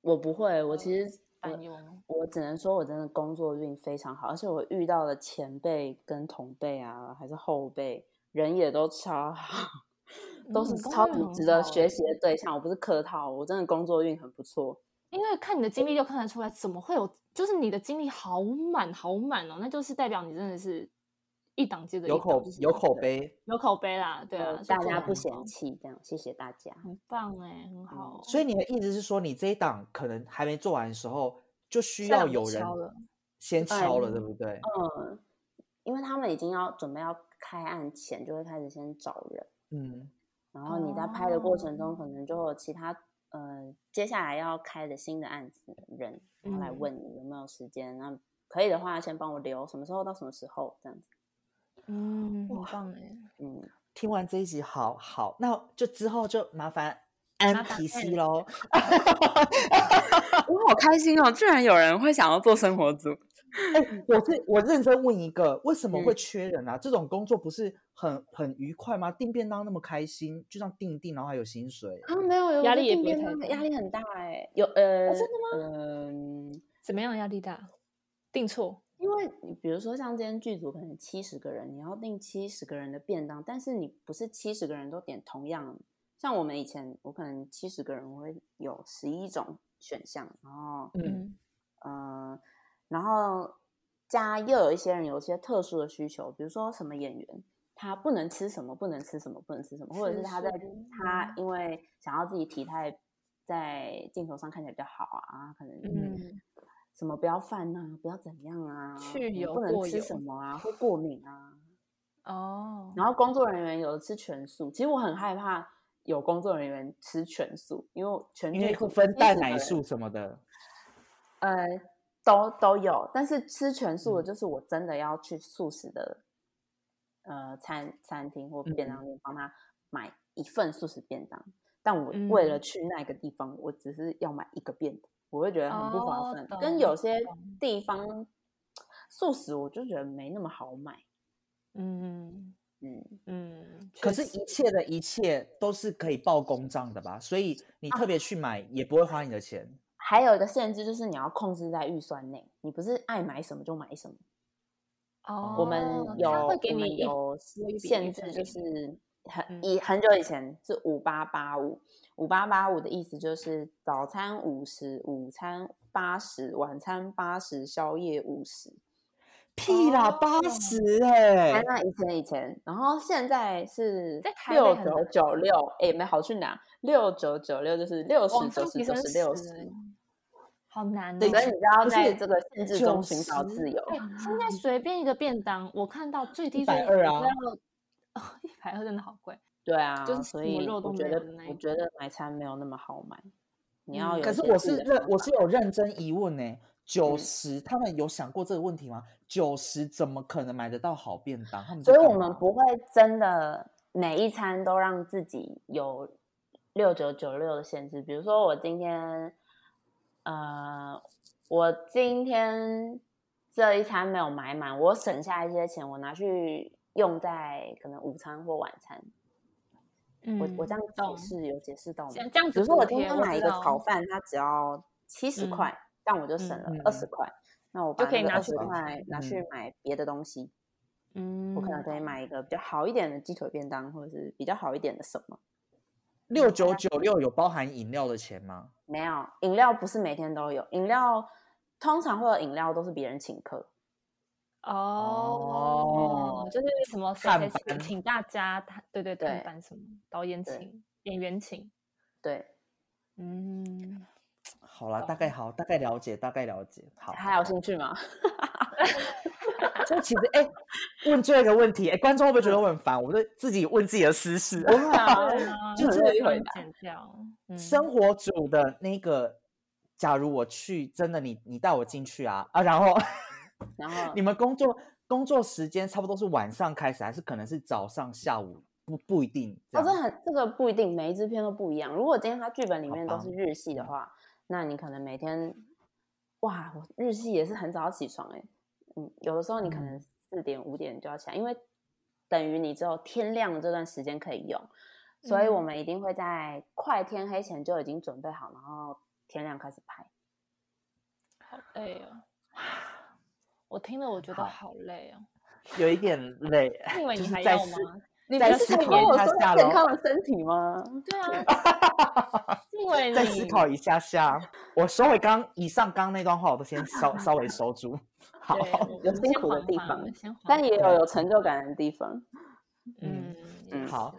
A: 我不会，我其实我
D: 担忧吗？
A: 我只能说，我真的工作运非常好，而且我遇到的前辈跟同辈啊，还是后辈，人也都超好， 都是
D: 嗯工
A: 超
D: 作
A: 级
D: 运很
A: 值得
D: 好欸
A: 学习的对象。我不是客套，我真的工作运很不错。
D: 因为看你的经历就看得出来，怎么会有？就是你的经历好满好满哦，那就是代表你真的是一档接着一
C: 有
D: 档，
C: 口
D: 就是
C: 有口碑，
D: 有口碑啦，对啊
A: 呃，
D: 是
A: 大
D: 真的
A: 家不
D: 很
A: 嫌嗯
D: 好，
A: 弃，这样谢谢大家。
D: 很棒哎，很好。
C: 所以你的意思是说，你这一档可能还没做完的时候，就需
D: 下
C: 要
D: 档就
C: 有人
D: 敲了
C: 先敲了，对
D: 嗯
C: 不对？
A: 嗯，因为他们已经要准备要开案前，就会开始先找人，
C: 嗯，
A: 然后你在拍的过程中，
D: 哦
A: 可能就有其他呃接下来要开的新的案子的人，然后来
D: 嗯
A: 问你有没有时间，那可以的话先帮我留什么时候到什么时候这样子。
D: 嗯，很
C: 哇
D: 棒哎，
A: 嗯，
C: 听完这一集，好好，那就之后就麻烦
D: 麻烦
C: NPC 喽。
A: 啊我好开心哦，居然有人会想要做生活组。
C: 哎、我是我认真问一个，为什么
A: 嗯
C: 会缺人啊？这种工作不是很很愉快吗？订便当那么开心，就这样订一订，然后还有薪水。
A: 啊，没有，有
D: 压
A: 我在
D: 力也
A: 订
D: 不会
A: 便
D: 太
A: 当
D: 大
A: 压力很大哎、有呃，
D: 真
A: 的吗？嗯、
D: 怎么样？压力大，定错，
A: 因为你比如说像今天剧组可能七十个人，你要订七十个人的便当，但是你不是七十个人都点同样。像我们以前，我可能七十个人我会有十一种选项，然后
C: 嗯，
D: 嗯
A: 嗯、呃然后加又有一些人有一些特殊的需求，比如说什么演员他不能吃什么，不能吃什么，不能吃什么，或者是
D: 吃
A: 他在
D: 素嗯
A: 他因为想要自己体态在镜头上看起来比较好啊，可能
D: 嗯，
A: 什么不要犯啊，不要怎样啊，
D: 去
A: 我们
D: 油
A: 不能
D: 过
A: 吃
D: 油
A: 什么啊，会过敏啊。
D: 哦，
A: 然后工作人员有的吃全素，其实我很害怕有工作人员吃全素，因为全
C: 因
A: 剧
C: 为
A: 组
C: 会分
A: 70
C: 蛋
A: 个
C: 奶
A: 人
C: 素什么的。
A: 呃，都都有，但是吃全素
D: 嗯
A: 的就是我真的要去素食的、呃餐餐厅或便
C: 嗯
A: 当店帮他买一份素食便当，但我为了
D: 嗯
A: 去那个地方，我只是要买一个便当，我会觉得很不划
D: 哦
A: 算。跟有
D: 懂
A: 些
D: 懂
A: 地方素食，我就觉得没那么好买。
D: 嗯
A: 嗯，
D: 嗯，
C: 可
D: 确
C: 是，
D: 实
C: 一切的一切都是可以报公账的吧？所以你特
A: 啊
C: 别去买也不会花你的钱。
A: 哦还有一个限制就是你要控制在预算内，你不是爱买什么就买什么。
D: 哦，
A: 嗯我们
D: 他
A: 有
D: 会给
A: 我
D: 你
A: 们
D: 一
A: 有
D: 一笔
A: 限
D: 预
A: 制，
D: 算
A: 就
D: 给
A: 是
D: 你
A: 很
D: 嗯
A: 以很久以前是五八八五，五八八五的意思就是早餐五十，午餐八十，晚餐八十，宵夜五十。
C: 屁啦，
D: 哦
C: 八十哎！
A: 那以前以前，然后现在是
D: 在台
A: 六
D: 北很
A: 九
D: 难
A: 九六，哎，没好去拿六九九六就是六十
D: 往
A: 九
D: 上
A: 十
D: 提
A: 九
D: 升
A: 十六十
D: 十，，好难哦。
A: 所以你知道
C: 不
A: 在
C: 是
A: 这个限制中寻找
C: 90
A: 自由。
D: 哎现在随便一个便当，我看到最低
C: 120
D: 最低
C: 啊
D: 要，哦一百二真的好贵。
A: 对啊，
D: 就是
A: 所
D: 什么
A: 以
D: 肉
A: 我
D: 都
A: 觉
D: 没
A: 得
D: 有的那
A: 我
D: 一
A: 觉得买餐没有那么好买，你要有
D: 嗯
A: 一
C: 可
A: 些
C: 是
A: 自己的方法。
C: 我是认我是有认真疑问呢、欸
A: 嗯
C: 九十、他们有想过这个问题吗？九十怎么可能买得到好便当？他们
A: 所
C: 在
A: 以我
C: 干
A: 们
C: 嘛
A: 不会真的每一餐都让自己有六九九六的限制。比如说，我今天，呃，我今天这一餐没有买满，我省下一些钱，我拿去用在可能午餐或晚餐。
D: 嗯
A: 我我这样
D: 懂
A: 解，释有解释到吗
D: 这？样这样
A: 比
D: 子
A: 如说我
D: 补
A: 今
D: 贴
A: 天
D: 我
A: 买
D: 知
A: 一个
D: 道
A: 炒饭，它只要七十
D: 嗯
A: 块，但我就省了
C: 嗯
A: 二十块。那我把
D: 就可以拿
A: 二
D: 去
A: 十块拿去
C: 嗯
A: 买别的东西，
D: 嗯，
A: 我可能可以买一个比较好一点的鸡腿便当，或者是比较好一点的什么。
C: 六九九六有包含饮料的钱吗？
A: 没有，饮料不是每天都有，饮料通常会有饮料都是别人请客。
B: 哦，就是什么谁
C: 看
B: 谁请
C: 班
B: 请大家，他对对
A: 对
B: 看班什么导演
A: 对
B: 请演员请，
A: 对，
B: 嗯，
C: 好啦，大概好，大概了解，大概了解。好，
A: 还有兴趣吗？
C: 就其实哎、问最后一个问题，哎、观众会不会觉得我很烦？我就自己问自己的私事。
A: 不会啊，
B: 对啊，
A: 就
B: 这
A: 是
B: 个
A: 一
B: 不
A: 回
B: 能剪掉，嗯，
C: 生活组的那个，假如我去，真的你你带我进去啊啊，然后 嗯
A: 然后
C: 你们工作工作时间差不多是晚上开始，还是可能是早上、下午？不不一定。这
A: 哦，这
C: 样
A: 很这个不一定，每一支片都不一样。如果今天它剧本里
C: 好
A: 面都
C: 吧嗯
A: 是日系的话，那你可能每天，哇，我日系也是很早起床哎、嗯，有的时候你可能四点五点就要起来，因为等于你只有天亮的这段时间可以用，所以我
B: 嗯
A: 们一定会在快天黑前就已经准备好，然后天亮开始拍。
B: 好累哦，我听了我觉得好累哦，
C: 有一点累，
B: 因为
C: 就
B: 你
C: 是
B: 还
C: 在
B: 要
C: 思
B: 吗？
A: 你
C: 在
A: 不是
C: 思
A: 才跟
C: 考一
A: 我
C: 下
A: 说
C: 下
A: 要健
C: 咯
A: 康的身体吗？
B: 对啊， 因为
C: 再思
B: 你
C: 考一下下。我收回刚以上刚刚那段话，我都先 稍稍微收住。好，
B: 对我
A: 有
B: 们
A: 辛
B: 先
A: 苦的
B: 缓
A: 地
B: 缓
A: 方
B: 我们先缓
A: 但也有
C: 对
A: 有成就感的地方。
B: 嗯
A: 嗯
B: 也
C: 好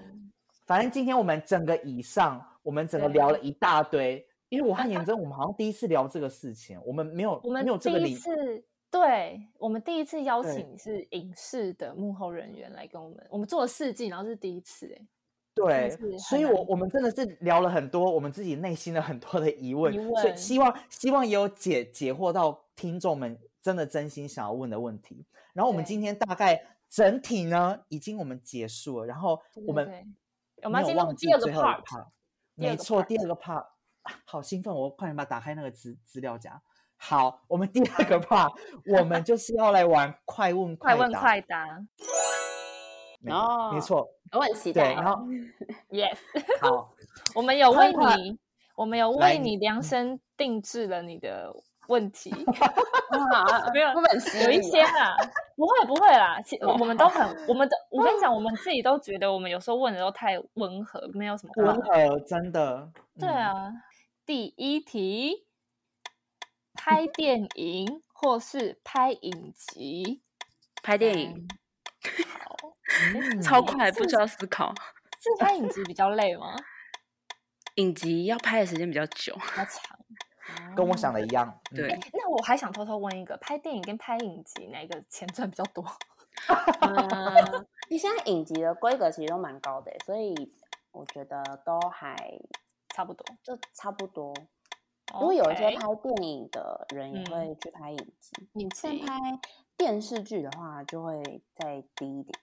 B: 是
C: 反正今天我们整个以上，我们整个
B: 对
C: 聊了一大堆。因为我和严真，我们好像第一次聊这个事情，我们没有
B: 我们
C: 没有这
B: 第
C: 个
B: 一
C: 理
B: 次，对我们第一次邀
C: 对
B: 请是影视的幕后人员来跟我们，我们做了四季，然后这是第一次、欸，
C: 对
B: 是，
C: 所
B: 很
C: 以
B: 难
C: 我我们真的是聊了很多我们自己内心的很多的疑问，
B: 疑
C: 所以
B: 问
C: 希望希望也有解解惑到听众们真的真心想要问的问题。然后我们
B: 对
C: 今天大概整体呢已经我们结束了，然后
B: 对
C: 我
B: 对
C: 们
B: 对我们
C: 没有
B: 要进入
C: 忘
B: 第
C: 记
B: 二个
C: 最后一
B: part，
C: part，
B: 第二
C: 没
B: 个
C: 错，
B: part
C: 第二个 part，啊好兴奋，我快点把打开那个资资料夹。好，我们第二个 part，我们就是要来玩快问
B: 快
C: 答，
B: 问快答
C: 没错没
A: 哦
C: 错，
A: 我很期
C: 对，
A: 待。
C: 然 后
B: ，yes，
C: 好。
B: 我们有
C: 快
B: 为
C: 快
B: 你，我们有
C: 来
B: 为
C: 你嗯
B: 你量身定制了你的 问题，
A: 啊
B: 没有
A: 会不会很犀
B: 有一
A: 利啊
B: 些啦，不会不会啦，其我们都 很，我们都，我跟你讲，我们自己都觉得我们有时候问的都太温和，没有什么
C: 温和，真的。
B: 嗯对
C: 嗯，
B: 啊，第一题， 拍电影或是拍影集？
A: 拍电影
B: 嗯，
C: 嗯
A: 超快，不需要思考。
B: 是拍影集比较累 吗？
A: 影集要拍的时间比较久，
B: 比较长。
C: 跟我想
B: 的。
C: 的一样。嗯
A: 对，
B: 那我还想偷偷问一个，拍电影跟拍影集哪一个钱赚比较多？
A: 嗯， 你现在影集的规格其实都蛮高的欸，所以我觉得都还
B: 差不多。
A: 就差不多。因为有一些
B: 哦 OK，
A: 拍电影的人也
B: 嗯
A: 会去拍影集，
B: 影
A: 但
B: 集，
A: 拍电视剧的话就会再低一点。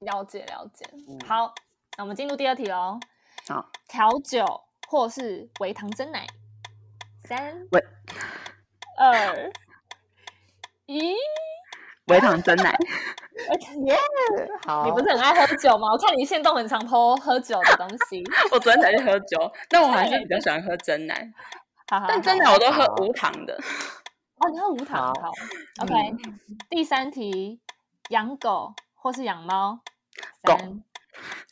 B: 了解了解。
A: 嗯
B: 好，那我们进入第二题喽。
A: 好，
B: 调酒或是微糖真奶？三
A: 微
B: 二一。
A: 微糖真奶，
B: 耶！
C: 好，
B: 你不是很爱喝酒吗？我看你现动很常 po 喝酒的东西。
A: 我昨天才去喝酒，但我还
B: 是比较
A: 喜欢喝真奶，
B: 好好好
A: 奶我都
C: 喝无
A: 糖的。
B: 哦，你喝无糖
C: 好
B: 好。OK，、第
C: 嗯
B: 三题，养狗或是养猫？
A: 狗
B: 三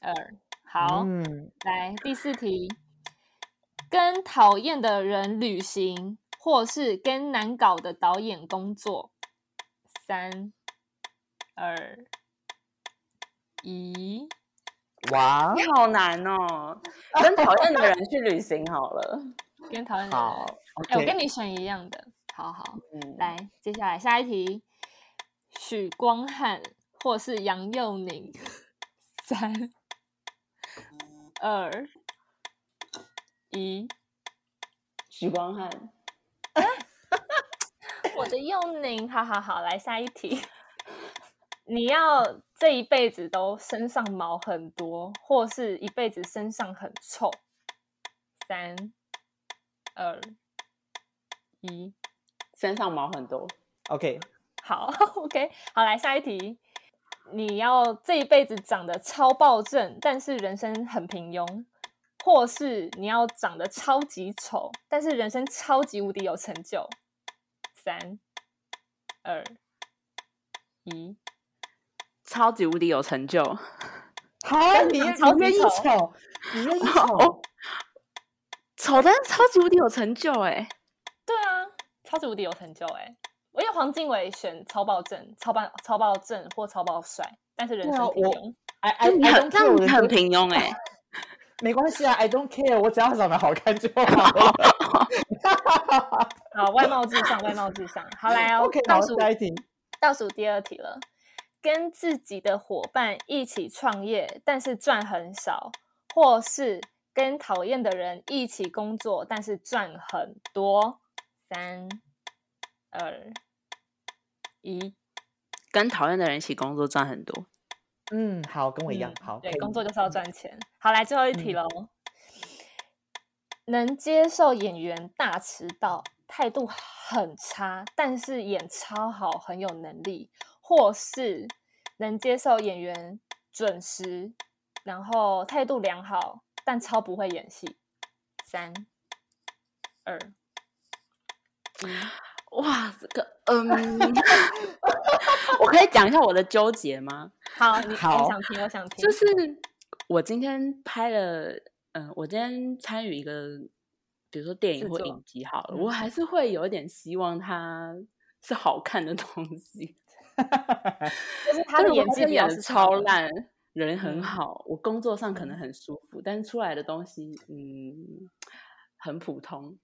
B: 二好，
C: 嗯，
B: 来第四题，跟讨厌的人旅行，或是跟难搞的导演工作？三二一。
C: 哇，
A: 好难 哦，跟讨厌的人去旅行好了。
B: 跟讨厌的人
C: 好。
B: 哎、我
C: OK，
B: 跟你选一样的。好好，
A: 嗯，
B: 来，接下来下一题，许光汉或是杨佑宁，三二一，
A: 许光汉，
B: 我的佑宁，好好好，来下一题，你要这一辈子都身上毛很多，或是一辈子身上很臭，三二一。
A: 身上毛很多。
C: OK，
B: 好 ，OK，好，来下一题。你要这一辈子长得超暴政，但是人生很平庸，或是你要长得超级丑，但是人生超级无敌有成就。三、二、一，
A: 嗯哦超级无敌有成就，
C: 好啊，你愿
B: 超
C: 你愿
B: 级
C: 意
B: 丑
C: 丑，你愿意
A: 哦
C: 丑，
A: 丑的超级无敌有成就哎、
B: 对啊，超级无敌有成就哎、因为黄靖伟选超爆正、超爆超爆正或超爆帅，但是 人
C: 对啊
B: 生平
C: 我
B: 庸。
C: 哎哎，
A: 你
C: I
A: 很
C: don't
A: 这
C: care
A: 样
C: 我
A: 你
C: 的
A: 很
C: 身
A: 平庸 哎、
C: 没关系啊，I don't care，我只要长得好看就好了。
B: 好，外貌至上，外貌至上。 好来哦
C: OK，
B: 倒
C: 好，
B: 数
C: 下一题。
B: 倒数第二题了。跟自己的伙伴一起创业，但是赚很少，或是跟讨厌的人一起工作，但是赚很多。三、二、一，
A: 跟讨厌的人一起工作赚很多。
C: 嗯，好，跟我一样，
B: 嗯
C: 好，
B: 对
C: 可，以
B: 工作就是要赚钱。好，来最后一题
A: 嗯
B: 喽。能接受演员大迟到，态度很差，但是演超好，很有能力，或是能接受演员准时，然后态度良好，但超不会演戏。三、二、一，
A: 哇，这个嗯， 我可以讲一下我的纠结吗？
B: 好，你
C: 好
B: 我想听，我想听，
A: 就是我今天拍了，嗯、我今天参与一个，比如说电影
B: 制
A: 或
B: 作
A: 影集好了，
B: 嗯
A: 我还是会有一点希望它是好看的东西。
B: 就是
A: 但
B: 他的
A: 如果
B: 演
A: 它
B: 技
A: 真
B: 比
A: 演
B: 较
A: 的
B: 是
A: 超
B: 的，
A: 烂，人很
B: 嗯
A: 好，我工作上可能很舒服，但是出来的东西，嗯，很普通。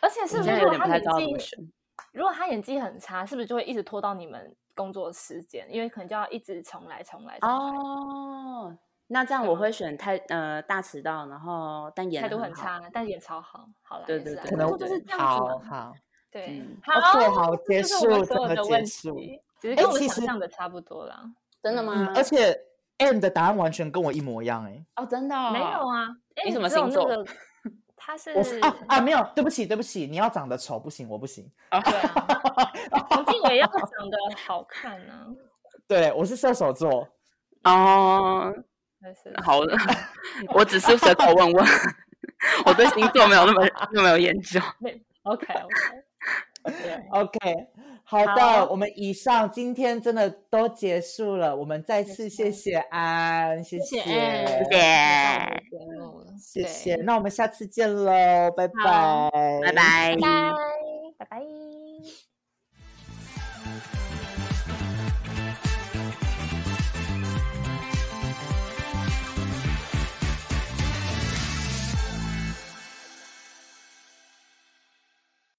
B: 而且是
A: 我
B: 不
A: 现
B: 是
A: 在
B: 如
A: 有
B: 果
A: 点
B: 他
A: 不太
B: 演
A: 知道怎么
B: 技
A: 选。
B: 如果他演技很差，是不是就会一直拖到你们工作时间？因为可能就要一直重来、重来、重来。
A: 哦，那这样我会选太呃大迟到，然后但演
B: 态
A: 得
B: 度很
A: 好。
B: 差，但演超好。好了，
A: 对
B: 也
A: 对
B: 是啊
A: 对
C: 可
B: 工
C: 能
B: 作就是这样子
C: 好
B: 嘛。
C: 好。
B: 对
A: 嗯，
B: 好
C: OK，好
B: 这就是
C: 结
B: 我
C: 束
B: 们所有
C: 这个
B: 的问
C: 结束
B: 题，其实
C: 哎
B: 跟我们
C: 其
B: 想
C: 实
B: 象的差不 多啦。
A: 真的
B: 嗯
A: 吗？
C: 而且 M 的答案完全跟我一模一样哎、
A: 哦，真的
B: 没有
A: 哦
B: 啊，哎，
A: 你什么
B: 只有
A: 星座
B: 那个？他是
C: 我是啊啊没有，对不起对不起，你要长得丑不行，我不行。
B: 对啊，黄靖伟要长得好看啊，
C: 对，我是射手座，
A: 哦，
B: 但是
A: 好 的，我只是随口问 问，我对星座没有那 么那么有研究。
B: OK OK。对
C: OK，好的，
B: 好
C: 我们以上今天真的都结束了，我们再次谢谢安，谢
B: 谢
C: 谢，
B: 谢安
A: 谢谢
B: 来到我们的节目了
C: 谢
B: 对
C: 谢，那我们下次见喽，拜
B: 好
C: 拜，
A: 拜。拜。
B: 拜拜拜。